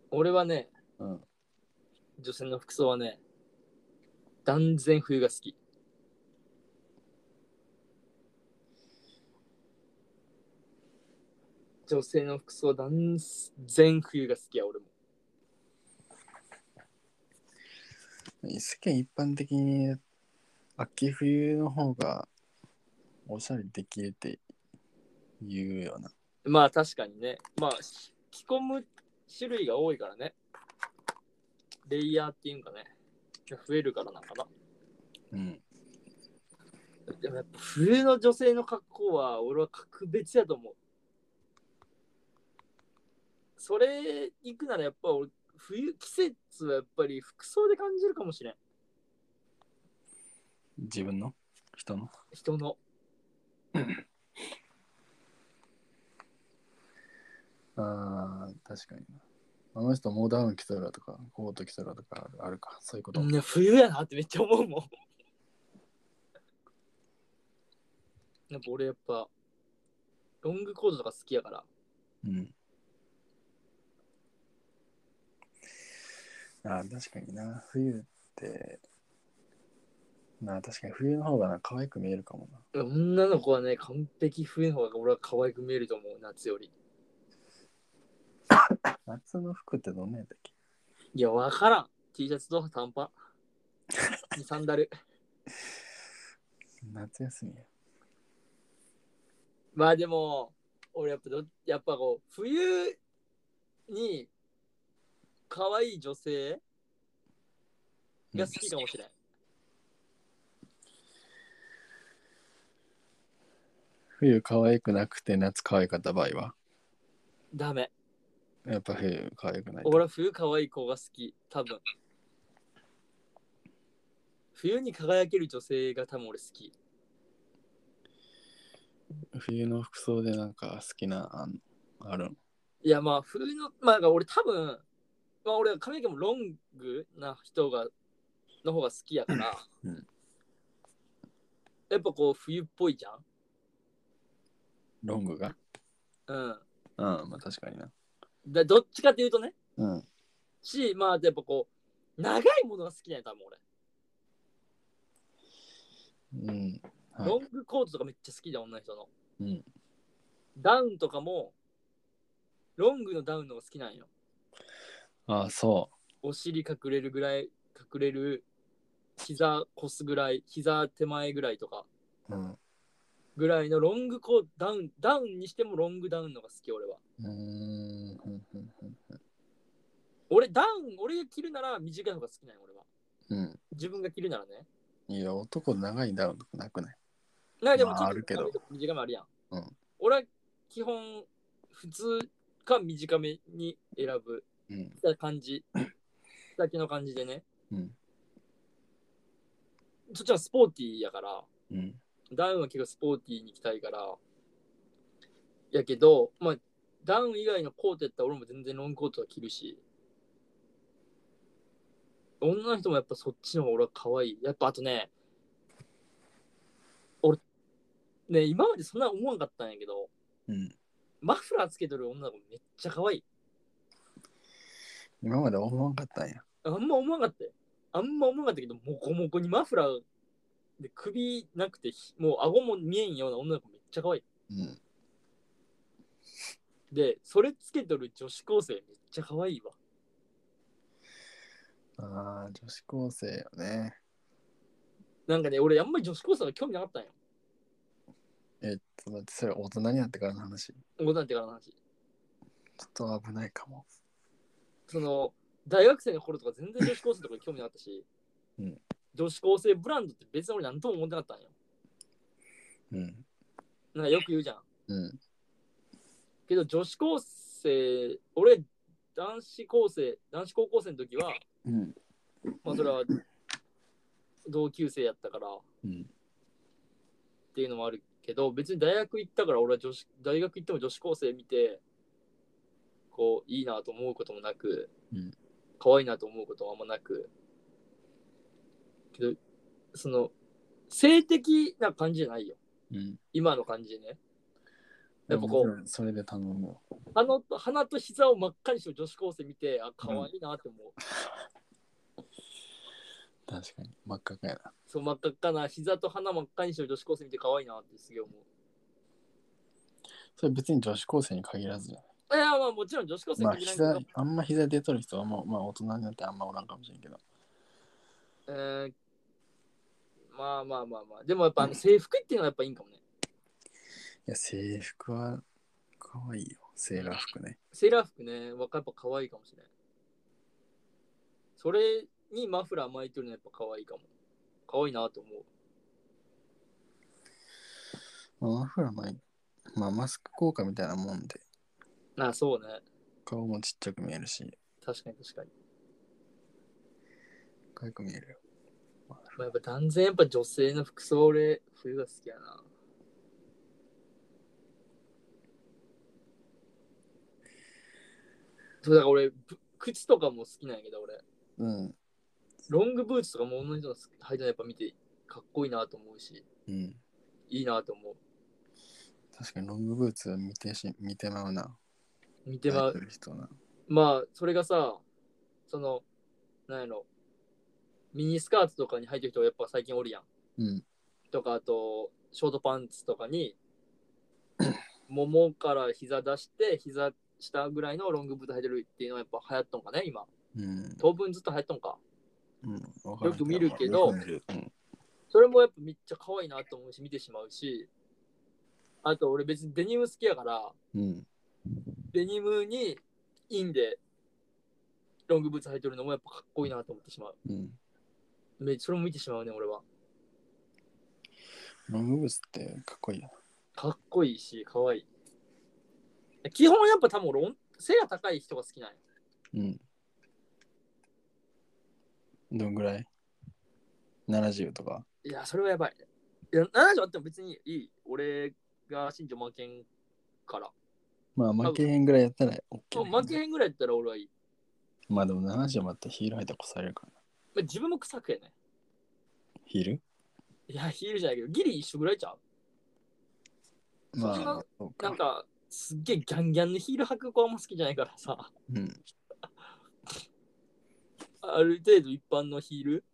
A: 俺はね、
B: うん。
A: 女性の服装はね、断然冬が好き。女性の服装断然冬が好きや、俺も。
B: 世間一般的に秋冬の方がおしゃれできるって言うよな。
A: まあ確かにね、まあし着込む種類が多いからね。レイヤーっていうんかね。増えるからなんかな。
B: うん。
A: でもやっぱ冬の女性の格好は俺は格別やと思う。それ行くならやっぱ俺冬季節はやっぱり服装で感じるかもしれん。
B: 自分の人の
A: 人の。
B: ああ、確かにな。あの人もうダウン着たらとか、コート着たらとかあるあるか、そういうこと。
A: ね、冬やなってめっちゃ思うもん。やっぱ俺やっぱロングコートとか好きやから。
B: うん。ああ、確かにな。冬って、なあ、確かに冬の方がな、可愛く見えるかもな。
A: 女の子はね、完璧冬の方が俺は可愛く見えると思う、夏より。
B: 夏の服ってどんなやったっけ
A: いや、わからん。T シャツと短パン。サンダル。
B: 夏休みや。
A: まあでも、俺やっぱど、やっぱこう、冬に可愛い女性が好きかもしれん。
B: 冬可愛くなくて夏可愛かった場合は
A: ダメ。
B: やっぱ冬可愛くないと。
A: 俺は冬可愛い子が好き、多分。冬に輝ける女性が多分俺好き。
B: 冬の服装でなんか好きな、あんあるん
A: いやまあ冬のまあだから俺多分まあ俺は髪の毛もロングな人がの方が好きやから、
B: うん
A: やっぱこう冬っぽいじゃん
B: ロングが
A: うん
B: うん、まあ確かにな。
A: だどっちかっていうとね
B: うん。
A: しまあやっぱこう長いものが好きなんや多分俺、
B: うん。はい
A: ロングコートとかめっちゃ好きだ女の人の
B: うん。
A: ダウンとかもロングのダウンの方が好きなんよ
B: ああ、そ
A: お尻隠れるぐらい隠れる膝こすぐらい膝手前ぐらいとか
B: う。うん。
A: ぐらいのロングコートダウンダウンにしてもロングダウンのが好き俺は
B: うーん。うんうん
A: 俺ダウン俺が着るなら短い方が好きなんよ俺は
B: うん。うん
A: 自分が着るならね
B: いや、男長いダウンとかなくない
A: なんかでも
B: ま
A: ちょっと
B: ああるけど
A: 短めあるやん、
B: うん
A: 俺は基本普通か短めに選 ぶ
B: うん。
A: だ感じだけの感じでね
B: うん。
A: そっちはスポーティーやから
B: うん。
A: ダウンは結構スポーティーに着たいからやけどまあダウン以外のコートやったら俺も全然ロングコートは着るし女の人もやっぱそっちの方が俺は可愛いやっぱあとね俺ね今までそんな思わんかったんやけど
B: うん。
A: マフラーつけとる女の子めっちゃ可愛い
B: 今まで思わんかったんや。
A: あんま思わんかったよあんま思わんかったけどモコモコにマフラーで首なくてひもう顎も見えんような女の子めっちゃ可愛い
B: うん。
A: で、それつけとる女子高生めっちゃ可愛いわ。
B: ああ、女子高生よね。
A: なんかね、俺あんまり女子高生が興味なかったんよ。
B: えっと、だってそれ大人になってからの話。ち
A: 大人なんてからの話。
B: ょっと危ないかも。
A: その、大学生の頃とか全然女子高生とかに興味なかったし、
B: うん
A: 女子高生ブランドって別に俺何とも思ってなかったんよ。
B: うん。
A: なんかよく言うじゃん。
B: うん。
A: けど女子高生、俺、男子高生、男子高校生の時は、
B: うん。
A: まあそれは同級生やったからっ
B: うん。
A: ていうのもあるけど、別に大学行ったから俺は女子、大学行っても女子高生見て、こう、いいなと思うこともなく、
B: うん
A: 可愛いなと思うこともあんまなく、けど、その、性的な感じじゃないよ。
B: うん。
A: 今の感じでね。やっぱこう、
B: う。それで頼む。
A: 鼻と鼻と膝を真っ赤にしてる女子高生見て、あ、可愛いなって思う。
B: 確かに。真っ赤かや
A: そう、真っ赤っかな、膝と鼻真っ赤にしてる女子高生見て可愛いなってすげえ思う。
B: それ別に女子高生に限らずじゃない。
A: いや、まあもちろん女子高生
B: まあ、
A: 限らんけど
B: 膝、あんま膝出とる人はもう、まあ大人になってあんまおらんかもしれんけど。
A: えーまあまあまあまあ。でもやっぱあの制服っていうのはやっぱいいんかもね。
B: いや、制服は可愛いよ。セーラー服ね。
A: セーラー服ね、わかやっぱ可愛いかもしれん。それにマフラー巻いてるのやっぱ可愛いかも。可愛いなと思う。
B: まあ、マフラーもいいまあ、マスク効果みたいなもんで、
A: なあ、そうね。
B: 顔もちっちゃく見えるし、
A: 確かに確かに。
B: 可愛く見えるよ。
A: まあ、やっぱ断然やっぱ女性の服装俺、冬が好きやな。そうだから俺、ぶ靴とかも好きなんやけど俺。
B: うん。
A: ロングブーツとかも女の人の履いてるのやっぱ見てかっこいいなと思うし、
B: うん。
A: いいなと思
B: 確かにロングブーツ見てし見てまうな。
A: う。見てま
B: 入っ
A: う
B: て。る人な。
A: まあ、それがさ、その、なんやろ、ミニスカートとかに履いてる人がやっぱ最近おるやん。
B: うん。
A: とか、あと、ショートパンツとか に、ももから膝出して、膝下ぐらいのロングブーツ履いてるっていうのはやっぱ流行っとんかね、今。
B: うん。
A: 当分ずっと流行っとんか。
B: うん、わ
A: よく見るけど
B: よく見るうん。
A: それもやっぱめっちゃ可愛いなと思うし、見てしまうし、あと俺別にデニム好きやから、
B: うん。
A: デニムにインでロングブーツ履いてるのもやっぱかっこいいなと思ってしまう。
B: うん。
A: めそれも見てしまうね、俺は。
B: ロングブーツってかっこいいよ。
A: かっこいいし、かわいい。基本やっぱ多分俺、背が高い人が好きなんよ。
B: うん。どんぐらい70とか。
A: いや、それはやばい。いや、70あっても別にいい。俺が新庄負けんから。
B: まあ、負けへんぐらいやったら OK、ね。
A: 負けへんぐらいやったら俺はいい。
B: まあでも70またヒール入ったら越されるからな。
A: まあ、自分も臭くやね。
B: ヒール
A: いや、ヒールじゃないけど、ギリ一緒ぐらいちゃう
B: ま
A: それ
B: あ
A: は、
B: そう
A: な
B: か
A: ん。か、すっげえギャンギャンのヒール履く子はあんま好きじゃないからさ、
B: うん。
A: ある程度一般のヒール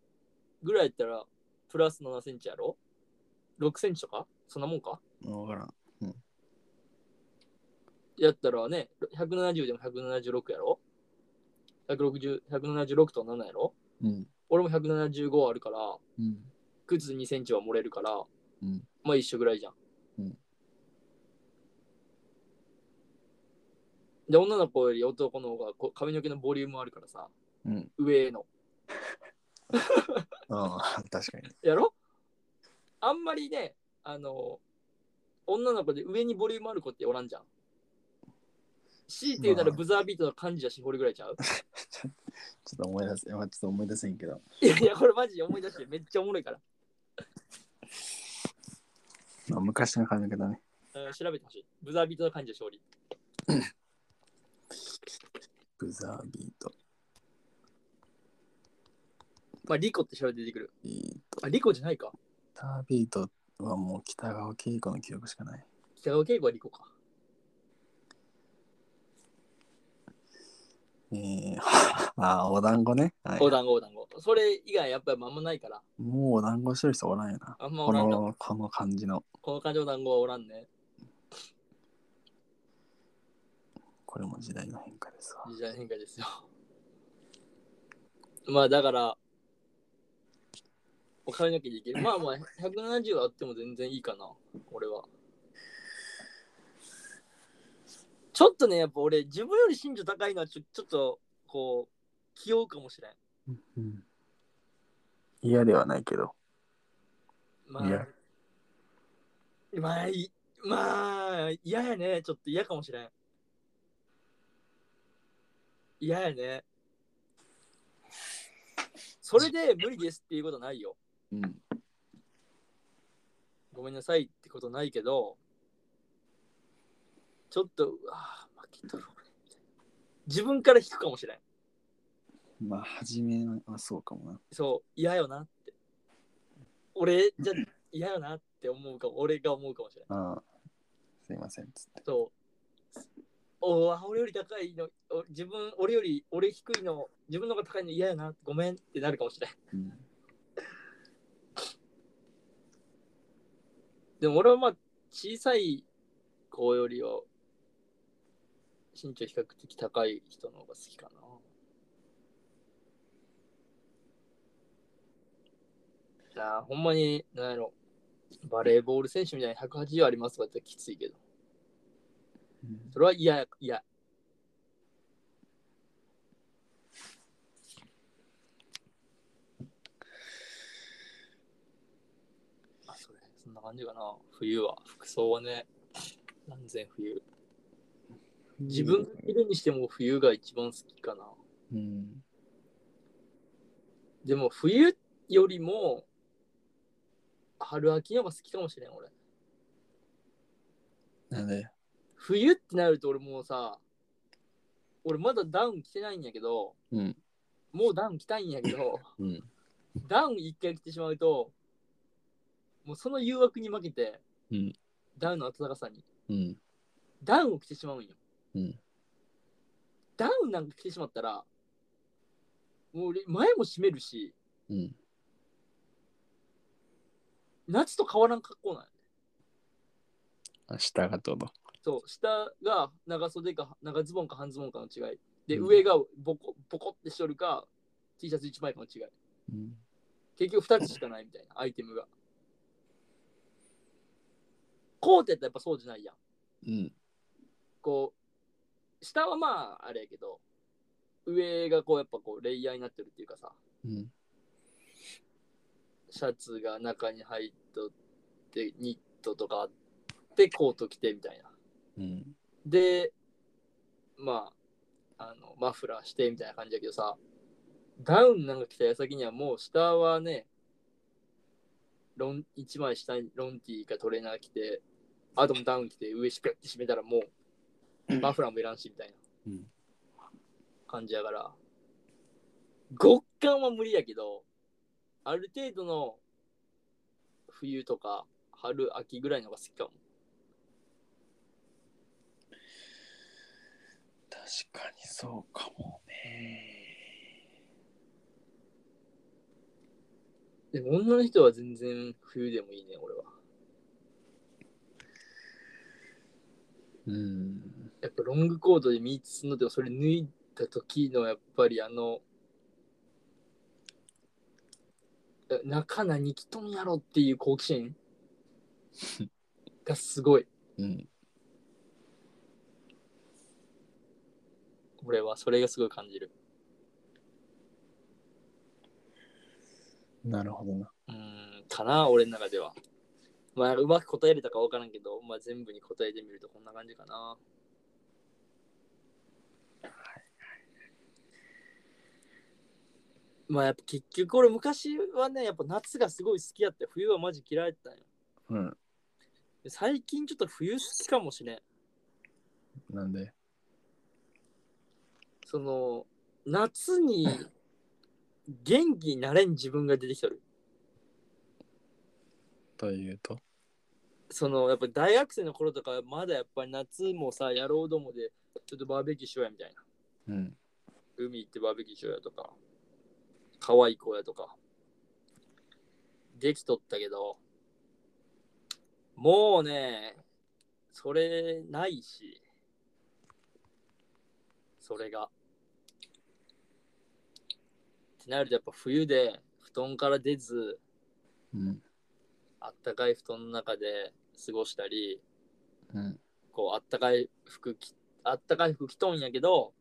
A: ぐらいやったら、プラス7センチやろ ?6 センチとかそんなもんか
B: わからん。
A: やったらね、170でも176やろ ?160、176と7やろ
B: うん。
A: 俺も175あるから、
B: うん。
A: 靴2センチは漏れるから、
B: うん
A: まあ一緒ぐらいじゃん。
B: うん
A: で、女の子より男の方がこう髪の毛のボリュームあるからさ、
B: うん。
A: 上の。
B: ああ、 確かに。
A: やろあんまりね、あの、女の子で上にボリュームある子っておらんじゃん。強いて言うなら
B: まあ
A: ブザービートの感じはしほるぐらいちゃう、
B: ちょっと思い出せ、まあ、ちょっと思い出せんけど。
A: いやいや、これマジで思い出してめっちゃおもろいから。
B: まあ、昔の髪型ね。
A: うん調べてほしい。ブザービートの感じは勝利。
B: ブザービート。
A: まあ、リコって調べて出てくる。
B: ビート。
A: あ、リコじゃないか。
B: ブザービートはもう北川景子の記憶しかない。
A: 北川景子はリコか。
B: えー、 ああ、お団子ね。はい
A: お団子お団子。それ以外やっぱりあんまないから。
B: もうお団子してる人おらんよな。
A: あんまお
B: こ
A: らんか。
B: の、この感じの。
A: この感じお団子はおらんね。
B: これも時代の変化ですわ。
A: 時代の変化ですよ。 まあだから、お金の毛でいける。 まあまあ、170はあっても全然いいかな。俺は。ちょっとね、やっぱ俺、自分より身長高いのはちょちょっと、こう、気負うかもしれん。
B: うん嫌ではないけど。
A: ま
B: いや
A: あ、まあ、いまあ、嫌やね。ちょっと嫌かもしれん。嫌やね。それで無理ですっていうことないよ。
B: うん。
A: ごめんなさいってことないけど、ちょっと、うわぁ負けとる俺みたいな自分から引くかもしれん。
B: まあ、初めはそうかもな。
A: そう、嫌よなって。俺じゃ嫌よなって思うかも、俺が思うかもしれん。
B: ああ、すいません。つって。
A: そう。おあ俺より高いの、お自分、俺より、俺低いの、自分の方が高いの嫌やな、ごめんってなるかもしれん。
B: うん。
A: でも俺はまあ、小さい子よりは、身長比較的高い人の方が好きかな。いやーほんまに、なんやろ、バレーボール選手みたいに180ありますとか言ったらきついけど、
B: うん
A: それは嫌や、嫌。あ、それ、そんな感じかな。冬は、服装はね、何千冬。自分が着るにしても冬が一番好きかな。
B: うん。
A: でも冬よりも、春秋の方が好きかもしれん、俺。
B: なんで
A: 冬ってなると俺もうさ、俺まだダウン着てないんやけど、
B: うん。
A: もうダウン着たいんやけど、
B: うん。
A: ダウン一回着てしまうと、もうその誘惑に負けて、
B: うん
A: ダウンの暖かさに、
B: うん。
A: ダウンを着てしまうんよ。
B: うん
A: ダウンなんか着てしまったら、もう俺前も閉めるし、
B: うん。
A: 夏と変わらん格好なんよね。
B: あ下がどうぞ。
A: そう、下が長袖か長ズボンか半ズボンかの違い。で、
B: うん
A: 上がボコボコってしとるか、T シャツ1枚かの違い。
B: うん。
A: 結局2つしかないみたいな、アイテムが。コーテってやっぱそうじゃないやん。
B: うん。
A: こう、下はまあ、あれやけど、上がこう、やっぱこう、レイヤーになってるっていうかさ、
B: うん。
A: シャツが中に入っとって、ニットとかあって、コート着てみたいな。
B: うん。
A: で、まあ、あの、マフラーしてみたいな感じだけどさ、ダウンなんか着た矢先にはもう下はね、ロン一枚下にロンティーかトレーナー着て、あともダウン着て、上しっかりって締めたらもう、マフラーもいらんしみたいな
B: うん
A: 感じやから、極寒は無理やけど、ある程度の冬とか春、秋ぐらいのが好きかも。
B: 確かにそうかもね。
A: でも女の人は全然冬でもいいね、俺は。
B: うん。
A: やっぱロングコートで身包んのでもそれ脱いだ時のやっぱりあのえ中何着とんやろっていう好奇心がすごい
B: うん。
A: 俺はそれがすごい感じる
B: なるほどな。
A: うーんかな俺の中ではまあうまく答えれたか分からんけど、まあ、全部に答えてみるとこんな感じかなまあやっぱ結局俺昔はねやっぱ夏がすごい好きやって冬はマジ嫌いやったんよ
B: うん。
A: で最近ちょっと冬好きかもしれん
B: なんで
A: その夏に元気になれん自分が出てきとる
B: というと。
A: そのやっぱ大学生の頃とかまだやっぱり夏もさ野郎どもでちょっとバーベキューしようやみたいな
B: うん。
A: 海行ってバーベキューしようやとか可愛い子やとかできとったけどもうねそれないしそれがってなるとやっぱ冬で布団から出ず
B: うん。
A: あったかい布団の中で過ごしたり
B: うん。
A: こうあったかい服着あったかい服着とんやけど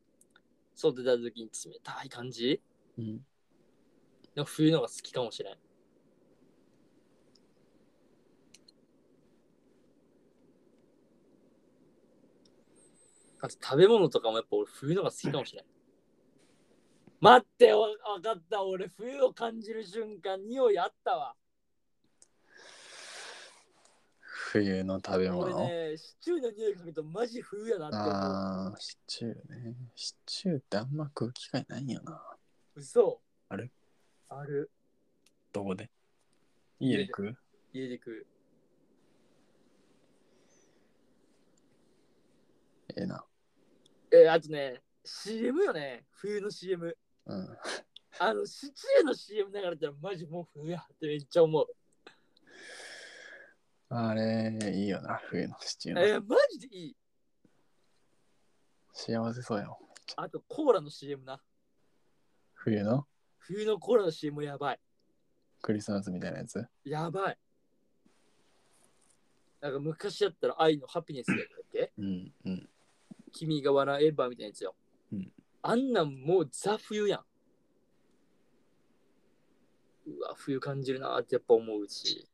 A: 外出た時に冷たい感じ
B: うん。
A: の冬のが好きかもしれんあと食べ物とかもやっぱ俺冬のが好きかもしれん待ってわ分かった俺冬を感じる瞬間匂いあったわ
B: 冬の食べ
A: 俺
B: 物。
A: ねシチューの匂い嗅ぐとマジ冬やなって思
B: ああ、シチューね。シチューってあんま食う機会ないよな。
A: う嘘
B: ある
A: ある
B: どこで家で食う
A: 家で食う
B: ええな。
A: えーあとね、CM よね、冬の CM。
B: うん。
A: あの、シチューの CM 流れたら、マジもう冬やってめっちゃ思う。
B: あれ、いいよな。冬のシチューな。
A: えーマジでいい。
B: 幸せそうやもん。
A: あと、コーラの CM な。
B: 冬の
A: 冬のコーラの CM やばい。
B: クリスマスみたいなやつ。
A: やばい。なんか昔やったら愛のハピネスやったっ け
B: うん。うん。
A: 君が笑えばみたいなやつよ。
B: うん
A: あんなんもうザ冬やん。うわ、冬感じるなーってやっぱ思うし。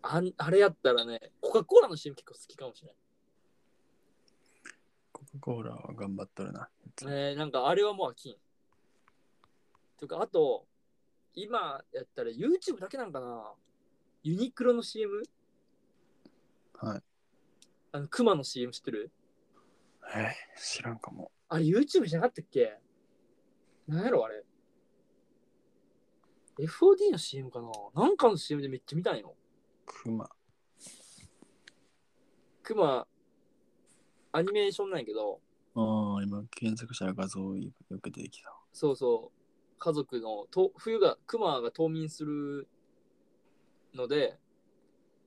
A: あんあれやったらね、コカ・コーラの CM 結構好きかもしれない。
B: コカ・コーラは頑張っとるな。
A: ねえなんかあれはもう飽きん。とか、あと、今やったら YouTube だけなんかなユニクロの CM?
B: はい。
A: あの、クマの CM 知ってる
B: えー、知らんかも。
A: あれ YouTube じゃなかったっけなんやろあれ。FOD の CM かななんかの CM でめっちゃ見たんよ。
B: クマ。
A: クマ、アニメーションなんやけど、
B: ああ、今検索したら画像よく出てきた。
A: そうそう、家族の、と冬が、クマが冬眠するので、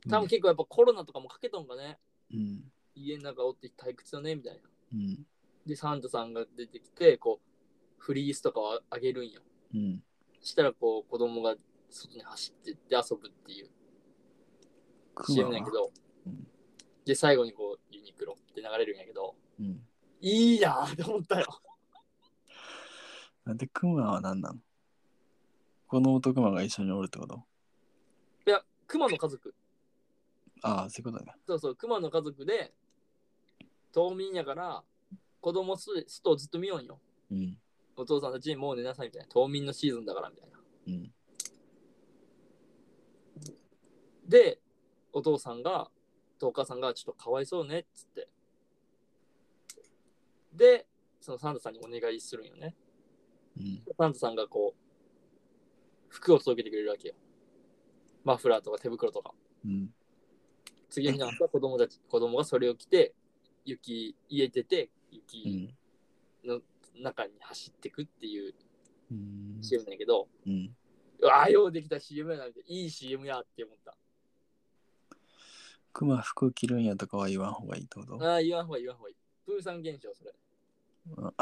A: 多分結構やっぱコロナとかもかけとんかね。
B: うん。
A: 家の中おって退屈だねみたいな。
B: うん。
A: で、サンタさんが出てきて、こう、フリースとかをあげるんよ。
B: うん。
A: したら、こう、子供が外に走ってって遊ぶっていう
B: ク
A: CM
B: マ
A: なんや
B: は
A: け。ど
B: うん、
A: で、最後にこう、ユニクロって流れるんやけど、
B: うん。
A: いいなぁって思ったよ。
B: なんでクマは何なのこの男クマが一緒におるってこと
A: いや、熊の家族。
B: ああ、そういうことね。
A: そうそう、熊の家族で、冬眠やから、子供す外をずっと見ようんよ。
B: うん。
A: お父さんたちにもう寝なさいみたいな。冬眠のシーズンだからみたいな。
B: うん。
A: で、お父さんが、とお母さんが、ちょっとかわいそうね、っつって。で、そのサンタさんにお願いするんよね。
B: うん。
A: サンタさんがこう、服を届けてくれるわけよ。マフラーとか手袋とか。
B: うん。
A: 次の日の朝、子供たち、子供がそれを着て、雪、家出て、
B: う
A: 雪
B: ん。
A: 中に走ってくっていう
B: うん
A: CM なんやけど、
B: うん。
A: うわあ、ようできた CM やな、みたいな。いい CM やって思った。
B: 熊服着るんやとかは言わん方がいいってこと
A: ああ、言わんほうがいい、言わんほうがいい。プーさん現象、それ。
B: あ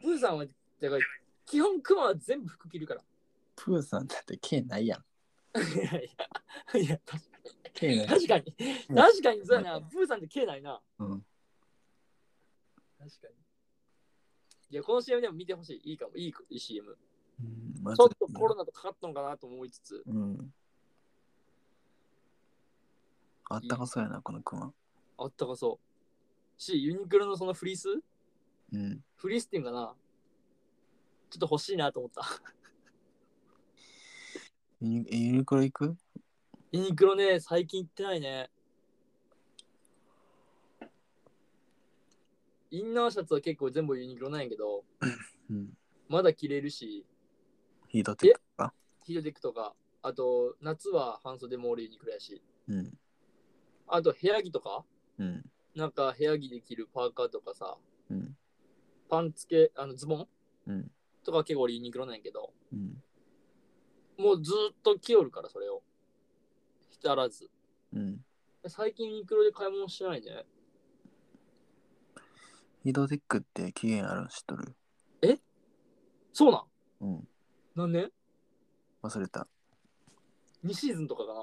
A: プーさんは、だから、基本クマは全部服着 るから。
B: プーさんだって毛ないやん。
A: いやいや、いや確か
B: 毛な
A: に、確かに、
B: うん
A: 確かにそうやな。プーさんって消えないな。
B: うん。
A: 確かに。いや、この CM でも見てほしい。いいかも、いいいい CM。
B: うんまあ
A: ちょっとコロナとかかったのかなと思いつつ、
B: うん。あったかそうやな、この熊。
A: あったかそう。し、ユニクロのそのフリース
B: うん。
A: フリースっていうんかなちょっと欲しいなと思った。
B: ユニユニクロ行く
A: ユニクロね、最近行ってないね。インナーシャツは結構全部ユニクロなんやけど、
B: うん。
A: まだ着れるし、
B: ヒートテックか。
A: ヒートテックとか、あと夏は半袖も俺ユニクロやし、
B: うん。
A: あと部屋着とか、
B: うん。
A: なんか部屋着で着るパーカーとかさ、
B: うん。
A: パンツ系、あのズボン
B: うん。
A: とか結構俺ユニクロなんやけど、
B: うん。
A: もうずっと着よるからそれを。浸らず。
B: うん。
A: 最近ユニクロで買い物してないね。
B: ヒートテックって期限あるの知っとる
A: そうなん
B: うん。
A: 何年
B: 忘れた。
A: ?2 シーズンとかかな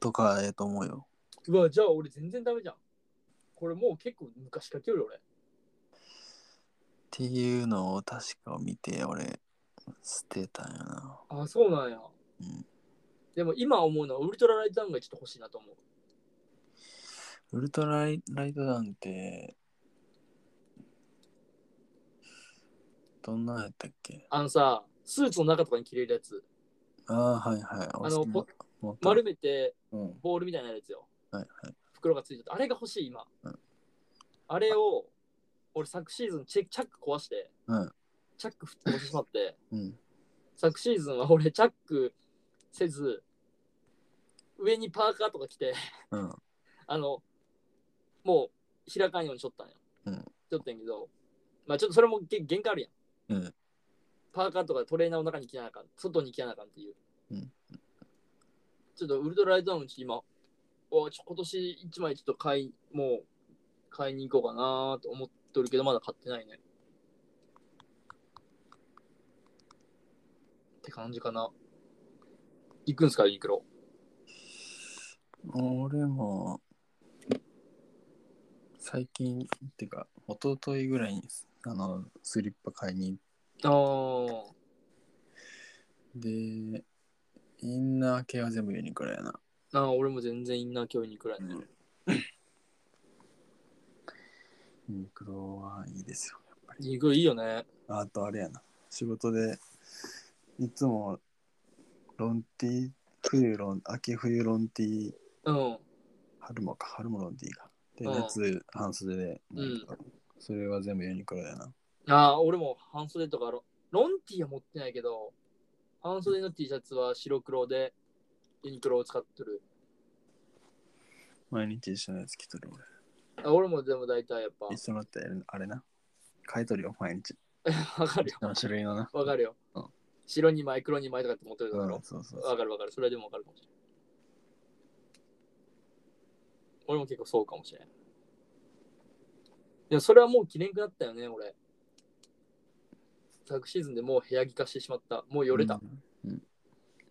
B: とかやと思うよ。
A: うわ、じゃあ俺全然ダメじゃん。これもう結構昔から着よるよ俺。
B: っていうのを確か見て、俺、捨てたんやな。
A: あ、そうなんや。
B: うん
A: でも今思うのはウルトラライトダウンがちょっと欲しいなと思う。
B: ウルトラライライトダウンって、どんなんやったっけ
A: あのさ、スーツの中とかに着れるやつ。
B: ああ、はいはい。
A: あの
B: も
A: ポ
B: 持っとる
A: 丸めて
B: うん。
A: ボールみたいなやつよ。
B: はいはい。
A: 袋がついてて。あれが欲しい今。
B: うん
A: あれを、俺昨シーズンチェチャック壊して、
B: うん
A: チャック振ってしまって、
B: うん。
A: 昨シーズンは俺チャックせず、上にパーカーとか着て、
B: うん。
A: あの、もう開かんようにしとったんや。
B: うん
A: しとったんやけど、まあちょっとそれもげ限界あるやん。
B: うん。
A: パーカーとかトレーナーの中に着なあかん、外に着なあかんっていう。
B: うん
A: ちょっとウルトラライトダウンうち今、おちょ今年一枚ちょっと買い、もう買いに行こうかなと思っとるけど、まだ買ってないね。って感じかな。行くんすか、ユニクロ。
B: 俺も、最近、ってか、一昨日ぐらいに、あの、スリッパ買いに
A: ああ、
B: 行って、インナー系は全部ユニクロやな。
A: なあ、俺も全然インナー今日ユニクロやね。
B: ユニクロはいいですよ。
A: ユニクロいいよね。
B: あとあれやな。仕事で、いつも、ロンティー、冬ロン、秋冬ロンティー、
A: うん。
B: 春もか、春もロンティーか。で、
A: うん
B: 夏、半袖で、
A: うん
B: それは全部ユニクロやな。
A: ああ、俺も半袖とかロ、ロンティーは持ってないけど、半袖の T シャツは白黒でユニクロを使ってる。
B: 毎日一緒のやつ着とる俺。
A: あ俺もでも大体やっぱ、
B: 一緒のってあれな。買い取るよ、毎日。
A: わかるよ。
B: 何種類のな。
A: わかるよ
B: うん。
A: 白2枚、黒2枚とかって持ってるだ
B: うん
A: ろ。
B: そうそうそ
A: わかるわかる。それはでもわかるかもしれない。俺も結構そうかもしれない。でもそれはもう着れんくなったよね、俺。昨シーズンでもう部屋着化してしまった。もう
B: う。
A: よれた。
B: うん。うん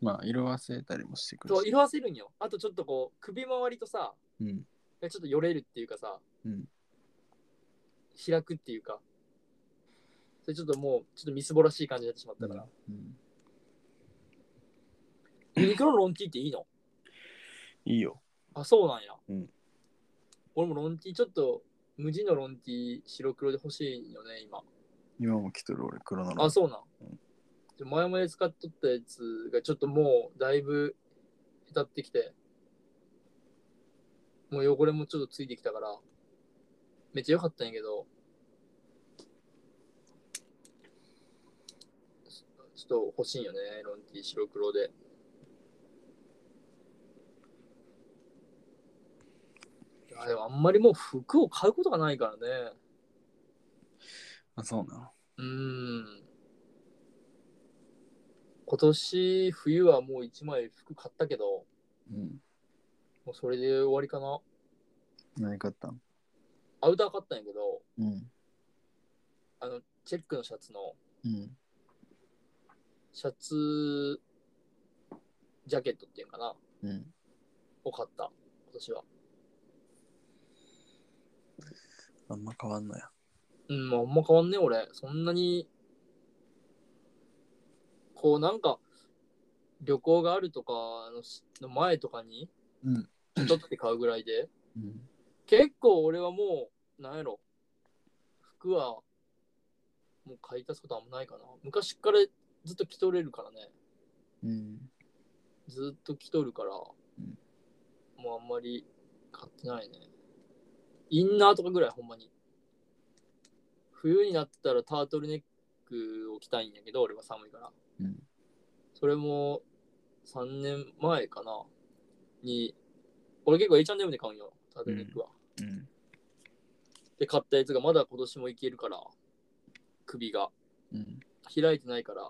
B: まあ、色忘れたりもしてくる
A: そう、
B: し。
A: 色あせるんよ。あとちょっとこう、首周りとさ、
B: うん。
A: ちょっとよれるっていうかさ、
B: うん
A: 開くっていうか、それちょっともう、ちょっとみすぼらしい感じになってしまったから。
B: うん。
A: ユニクロのロンティーっていいの
B: いいよ。
A: あ、そうなんや。
B: うん
A: 俺もロンティーちょっと、無地のロンティー白黒で欲しいよね、今。
B: 今も着とる俺、黒なの。
A: あ、そうなん
B: うん。
A: で前々使っとったやつがちょっともうだいぶ浸ってきて、もう汚れもちょっとついてきたから、めっちゃ良かったんやけど、ちょっと欲しいんよね、アイロンティー白黒で。いやでもあんまりもう服を買うことがないからね。
B: あ、そうなの。
A: うーん。今年冬はもう1枚服買ったけど、
B: うん。
A: もうそれで終わりかな。
B: 何買ったん
A: アウター買ったんやけど、
B: うん。
A: あの、チェックのシャツの、
B: うん。
A: シャツ、ジャケットっていうんかな、
B: うん。
A: を買った、今年は。
B: あんま変わんのや。
A: うん、まあ、ほんま変わんねえ、俺。そんなに、こう、なんか、旅行があるとかのしの前とかに、
B: うん。
A: ちょっとって買うぐらいで、
B: うん。
A: 結構俺はもう、なんやろ、服は、もう買い足すことあんまないかな。昔からずっと着とれるからね。
B: うん。
A: ずっと着とるから、
B: ん
A: もうあんまり買ってないね。インナーとかぐらいほんまに。冬になったらタートルネックを着たいんやけど、俺は寒いから。
B: うん
A: それも3年前かなに、俺結構 H&M で買うんよ、タートルネックは。
B: うん。
A: で、買ったやつがまだ今年もいけるから、首が。
B: うん。
A: 開いてないから、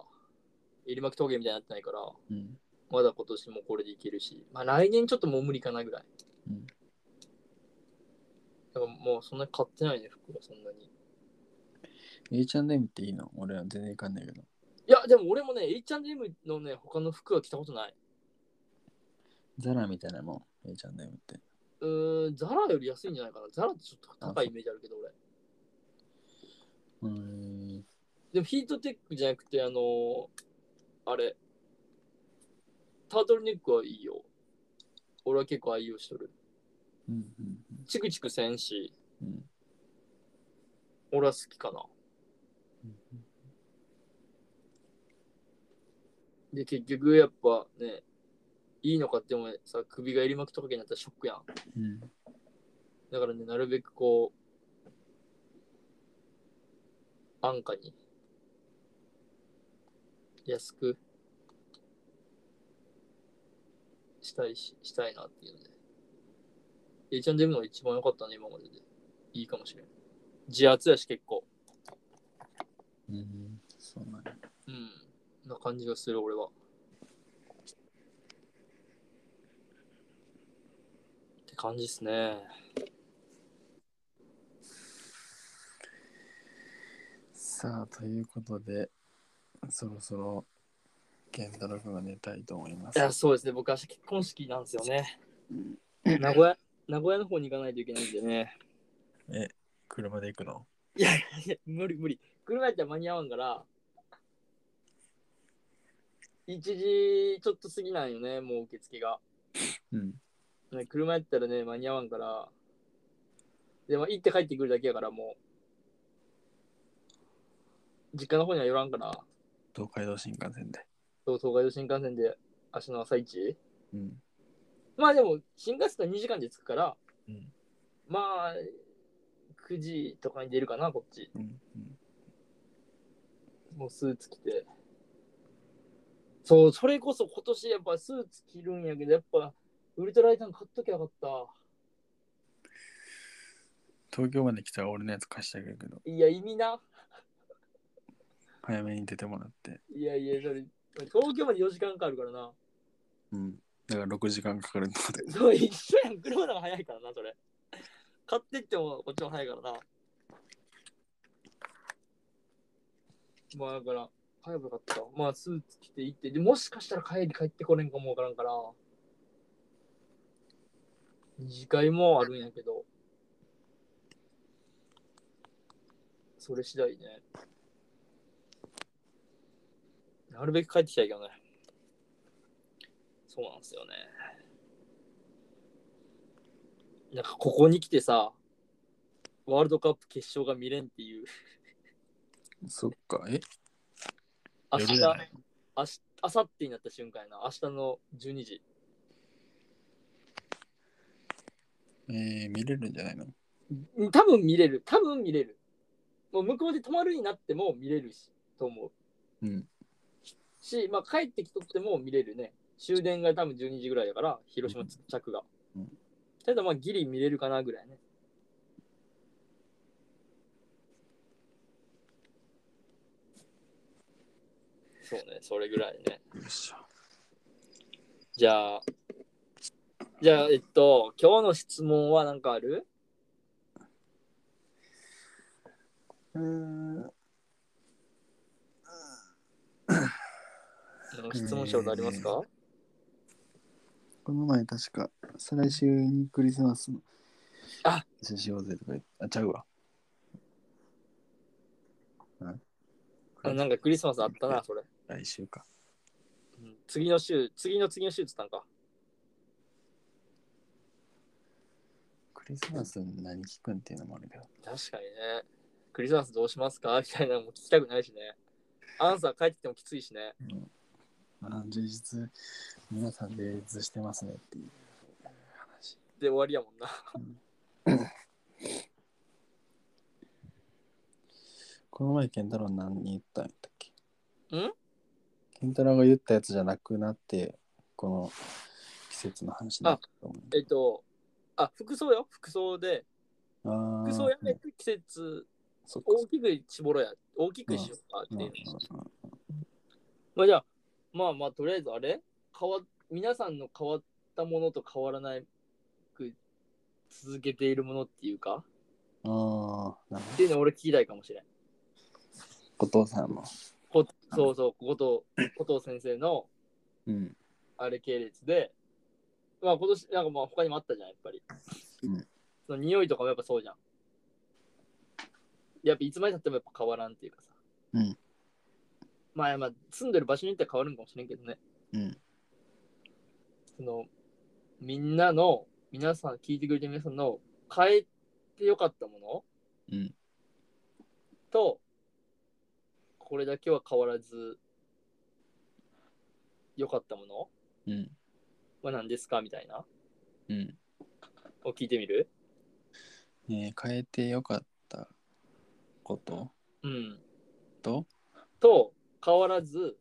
A: 襟巻き峠みたいになってないから、
B: うん。
A: まだ今年もこれでいけるし、まあ来年ちょっともう無理かなぐらい。
B: うん
A: だからもうそんなに買ってないね、服はそんなに。
B: H&M っていいの俺は全然いかんないけど。
A: いや、でも俺もね、H&M のね、他の服は着たことない。
B: ザラみたいなもん。H&M って。
A: うーん、ザラより安いんじゃないかな。ザラってちょっと高いイメージあるけど、俺。
B: うーん。
A: でもヒートテックじゃなくて、あのーあれ、タートルネックはいいよ。俺は結構愛用しとる。
B: うん。
A: チクチクせんし、
B: うん。
A: 俺は好きかな。
B: うん。
A: で、結局やっぱね、いいのかってもさ、首が襟巻きとかになったらショックやん。
B: うん。
A: だからね、なるべくこう、安価に、安く、したいし、したいなっていうので。H&M のが一番良かったね、今までで。いいかもしれん。自圧やし、結構。
B: うん。そうなんや。
A: うん。な感じがする、俺は。って感じですね。
B: さあ、ということで、そろそろ、ケンドロ君が寝たいと思いま
A: い
B: す。
A: や、そうですね。僕、明日結婚式なんですよね。名古屋、名古屋の方に行かないといけないんでね。
B: 車で行くの
A: いやいや、無理無理。車やったら間に合わんから。1時ちょっと過ぎなんよね、もう受付が。
B: うん。
A: ね車やったらね、間に合わんから。でも、行って帰ってくるだけやから、もう。実家の方には寄らんから、
B: 東海道新幹線で。
A: そう東海道新幹線で明日の朝一。
B: うん。
A: まあでも、新幹線は2時間で着くから、
B: うん
A: まあ、9時とかに出るかな、こっち。
B: うん。
A: もうスーツ着て。そう、それこそ今年やっぱスーツ着るんやけど、やっぱウルトライタン買っときゃよかった。
B: 東京まで来たら俺のやつ貸してあげるけど、
A: いや、意味な。
B: 早めに出てもらって。
A: いやいや、それ、東京まで4時間かかるからな。
B: うん。だから6時間かかるので。
A: そう、一緒やん。車の方が早いからな、それ。買ってってもこっちも早いからな。まあだから、買えばよかった。まあスーツ着て行って、でもしかしたら帰り帰ってこれんかもわからんから。二次会もあるんやけど。それ次第ね。なるべく帰ってきたいけどね。そうなんですよね。なんかここに来てさ、ワールドカップ決勝が見れんっていう、
B: そっか。え
A: 明
B: 夜
A: 日
B: じゃない、
A: 明日、明後日になった瞬間やな、明日の12時。
B: えー、見れるんじゃないの
A: うん多分見れる多分見れるもう向こうで泊まるになっても見れるしと思う
B: うん。
A: し、まあ、帰ってきとっても見れるね終電が多分12時ぐらいだから広島着が、
B: うん
A: ただまあギリ見れるかなぐらいねそうねそれぐらいね
B: よいしょ。
A: じゃあじゃあえっと今日の質問は何かある
B: うーん。
A: あの質問したことありますか、
B: この前確か、再来週にクリスマスの。
A: あ
B: 話しようぜとか言って。あ、ちゃうわ。うん
A: あなんかクリスマスあった なそれ
B: 来週か。
A: うん次の週、次の次の週っつったんか。
B: クリスマスに何聞くんっていうのもあるけど。
A: 確かにね。クリスマスどうしますかみたいなのも聞きたくないしね。アンサー帰ってきてもきついしね。
B: あ充実、皆さん充実してますねっていう話。
A: で終わりやもん な。
B: この前、ケンタロウ何言ったんやったっけ
A: ん
B: ケンタロウが言ったやつじゃなくなって、この季節の話だと思
A: えっと、あ、服装よ。服装で。
B: う。ああー
A: 服装やめて季節、
B: そっか
A: 大きく絞ろうや。大きくしようかって
B: う
A: い
B: ん
A: う
B: う
A: の。
B: んうん
A: まあじゃあ、まあまあ、とりあえずあれ変わ皆さんの変わったものと変わらないく続けているものっていうか、
B: あー、なるほ
A: っていうのを俺聞きたいかもしれん。
B: ど。お父さんも。
A: こそうそう、後藤後藤先生の
B: うん。
A: あれ系列で、まあ今年、なんかまあ他にもあったじゃん、やっぱり。
B: うん
A: その匂いとかもやっぱそうじゃん。やっぱいつまでたってもやっぱ変わらんっていうかさ。
B: うん
A: まあまあ、住んでる場所によっては変わるんかもしれんけどね。
B: うん。
A: その、みんなの、皆さん、聞いてくれてる皆さんの、変えてよかったもの
B: うん。
A: と、これだけは変わらず、良かったもの
B: うん。
A: は何ですかみたいな。
B: うん。
A: を聞いてみる
B: えー変えてよかったこと
A: うん。
B: と、
A: と、変わらず、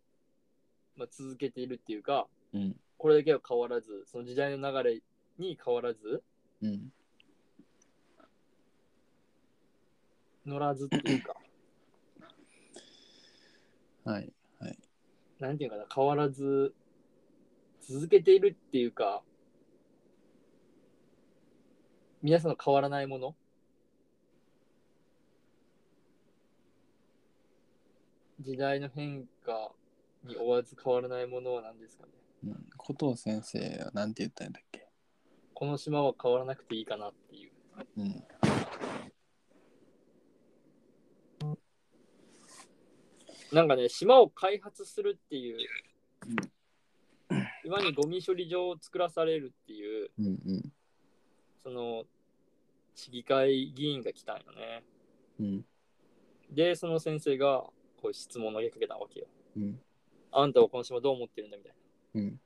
A: まあ、続けているっていうか、
B: うん。
A: これだけは変わらず、その時代の流れに変わらず、
B: うん。
A: 乗らずっていうか、
B: はい。
A: なんていうかな、変わらず、続けているっていうか、皆さんの変わらないもの時代の変化に追わず変わらないものは何ですかね
B: うん、古藤先生は何て言ったんだっけ
A: この島は変わらなくていいかなっていう。
B: うん。
A: なんかね、島を開発するっていう
B: うん、
A: 今にゴミ処理場を作らされるっていう、
B: うんうん。
A: その、市議会議員が来たんよね。
B: うん。
A: で、その先生が、こう質問を投げかけたわけよ。
B: うん。
A: あんたはこの島どう思ってるんだみたい
B: うん。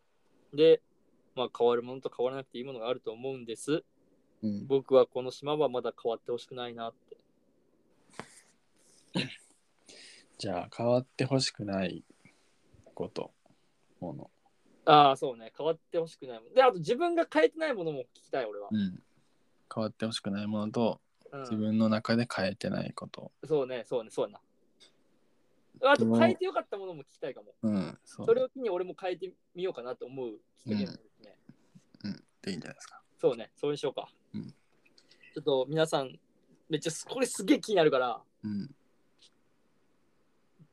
A: な。で、まあ変わるものと変わらなくていいものがあると思うんです。
B: うん。
A: 僕はこの島はまだ変わってほしくないなって。
B: じゃあ、変わってほしくないこと、もの。
A: ああ、そうね。変わってほしくないもの。で、あと自分が変えてないものも聞きたい、俺は。
B: うん。変わってほしくないものと、
A: うん
B: 自分の中で変えてないこと。
A: そうね、そうね、そうやな。あと変えてよかったものも聞きたいかも。
B: うん。そう。
A: それを機に俺も変えてみようかなと思うきっかけになるね。
B: うん。でいいんじゃないですか。
A: そうね、そうにしようか。
B: うん
A: ちょっと皆さん、めっちゃすこれすげえ気になるから、
B: うん。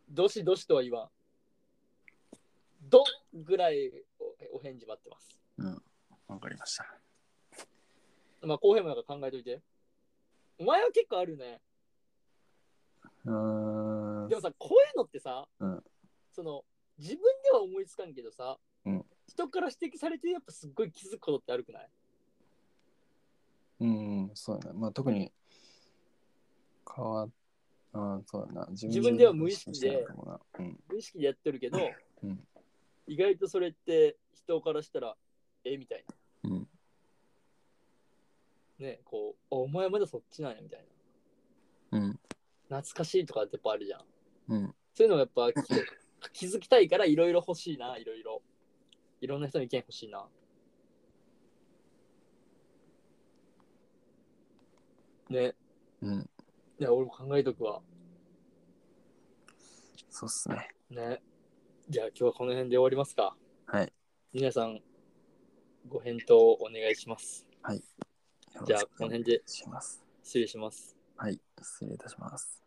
A: どしどしとは言わん。どぐらいおお返事待ってます。
B: わかりました。
A: まあ、後編もなんか考えといて。お前は結構あるね。
B: うーん
A: で。もさ、こういうのってさ、
B: うん
A: その、自分では思いつかんけどさ、
B: うん
A: 人から指摘されてやっぱすっごい気づくことってあるくない
B: うん。そうやな。まあ、特に、変わっ、うん、そうやな。自
A: 自分では無意識で
B: してないかもなうん。
A: 無意識でやってるけど、
B: うん
A: 意外とそれって人からしたらえみたいな
B: うん。
A: ね、こう、あお前まだそっちなんやみたい
B: うん。
A: な。懐かしいとかってやっぱあるじゃん。
B: うん。
A: そういうのがやっぱ気 気づきたいからいろいろ欲しいな、いろいろ。いろんな人の意見欲しいな。ね、
B: うん。
A: いや、俺も考えとくわ。
B: そうっすね。
A: ね。じゃあ今日はこの辺で終わりますか。
B: はい。
A: 皆さん、ご返答をお願いします。
B: よろ
A: じゃあ
B: しく
A: この辺で
B: お願いします。
A: 失礼します。
B: はい。失礼いたします。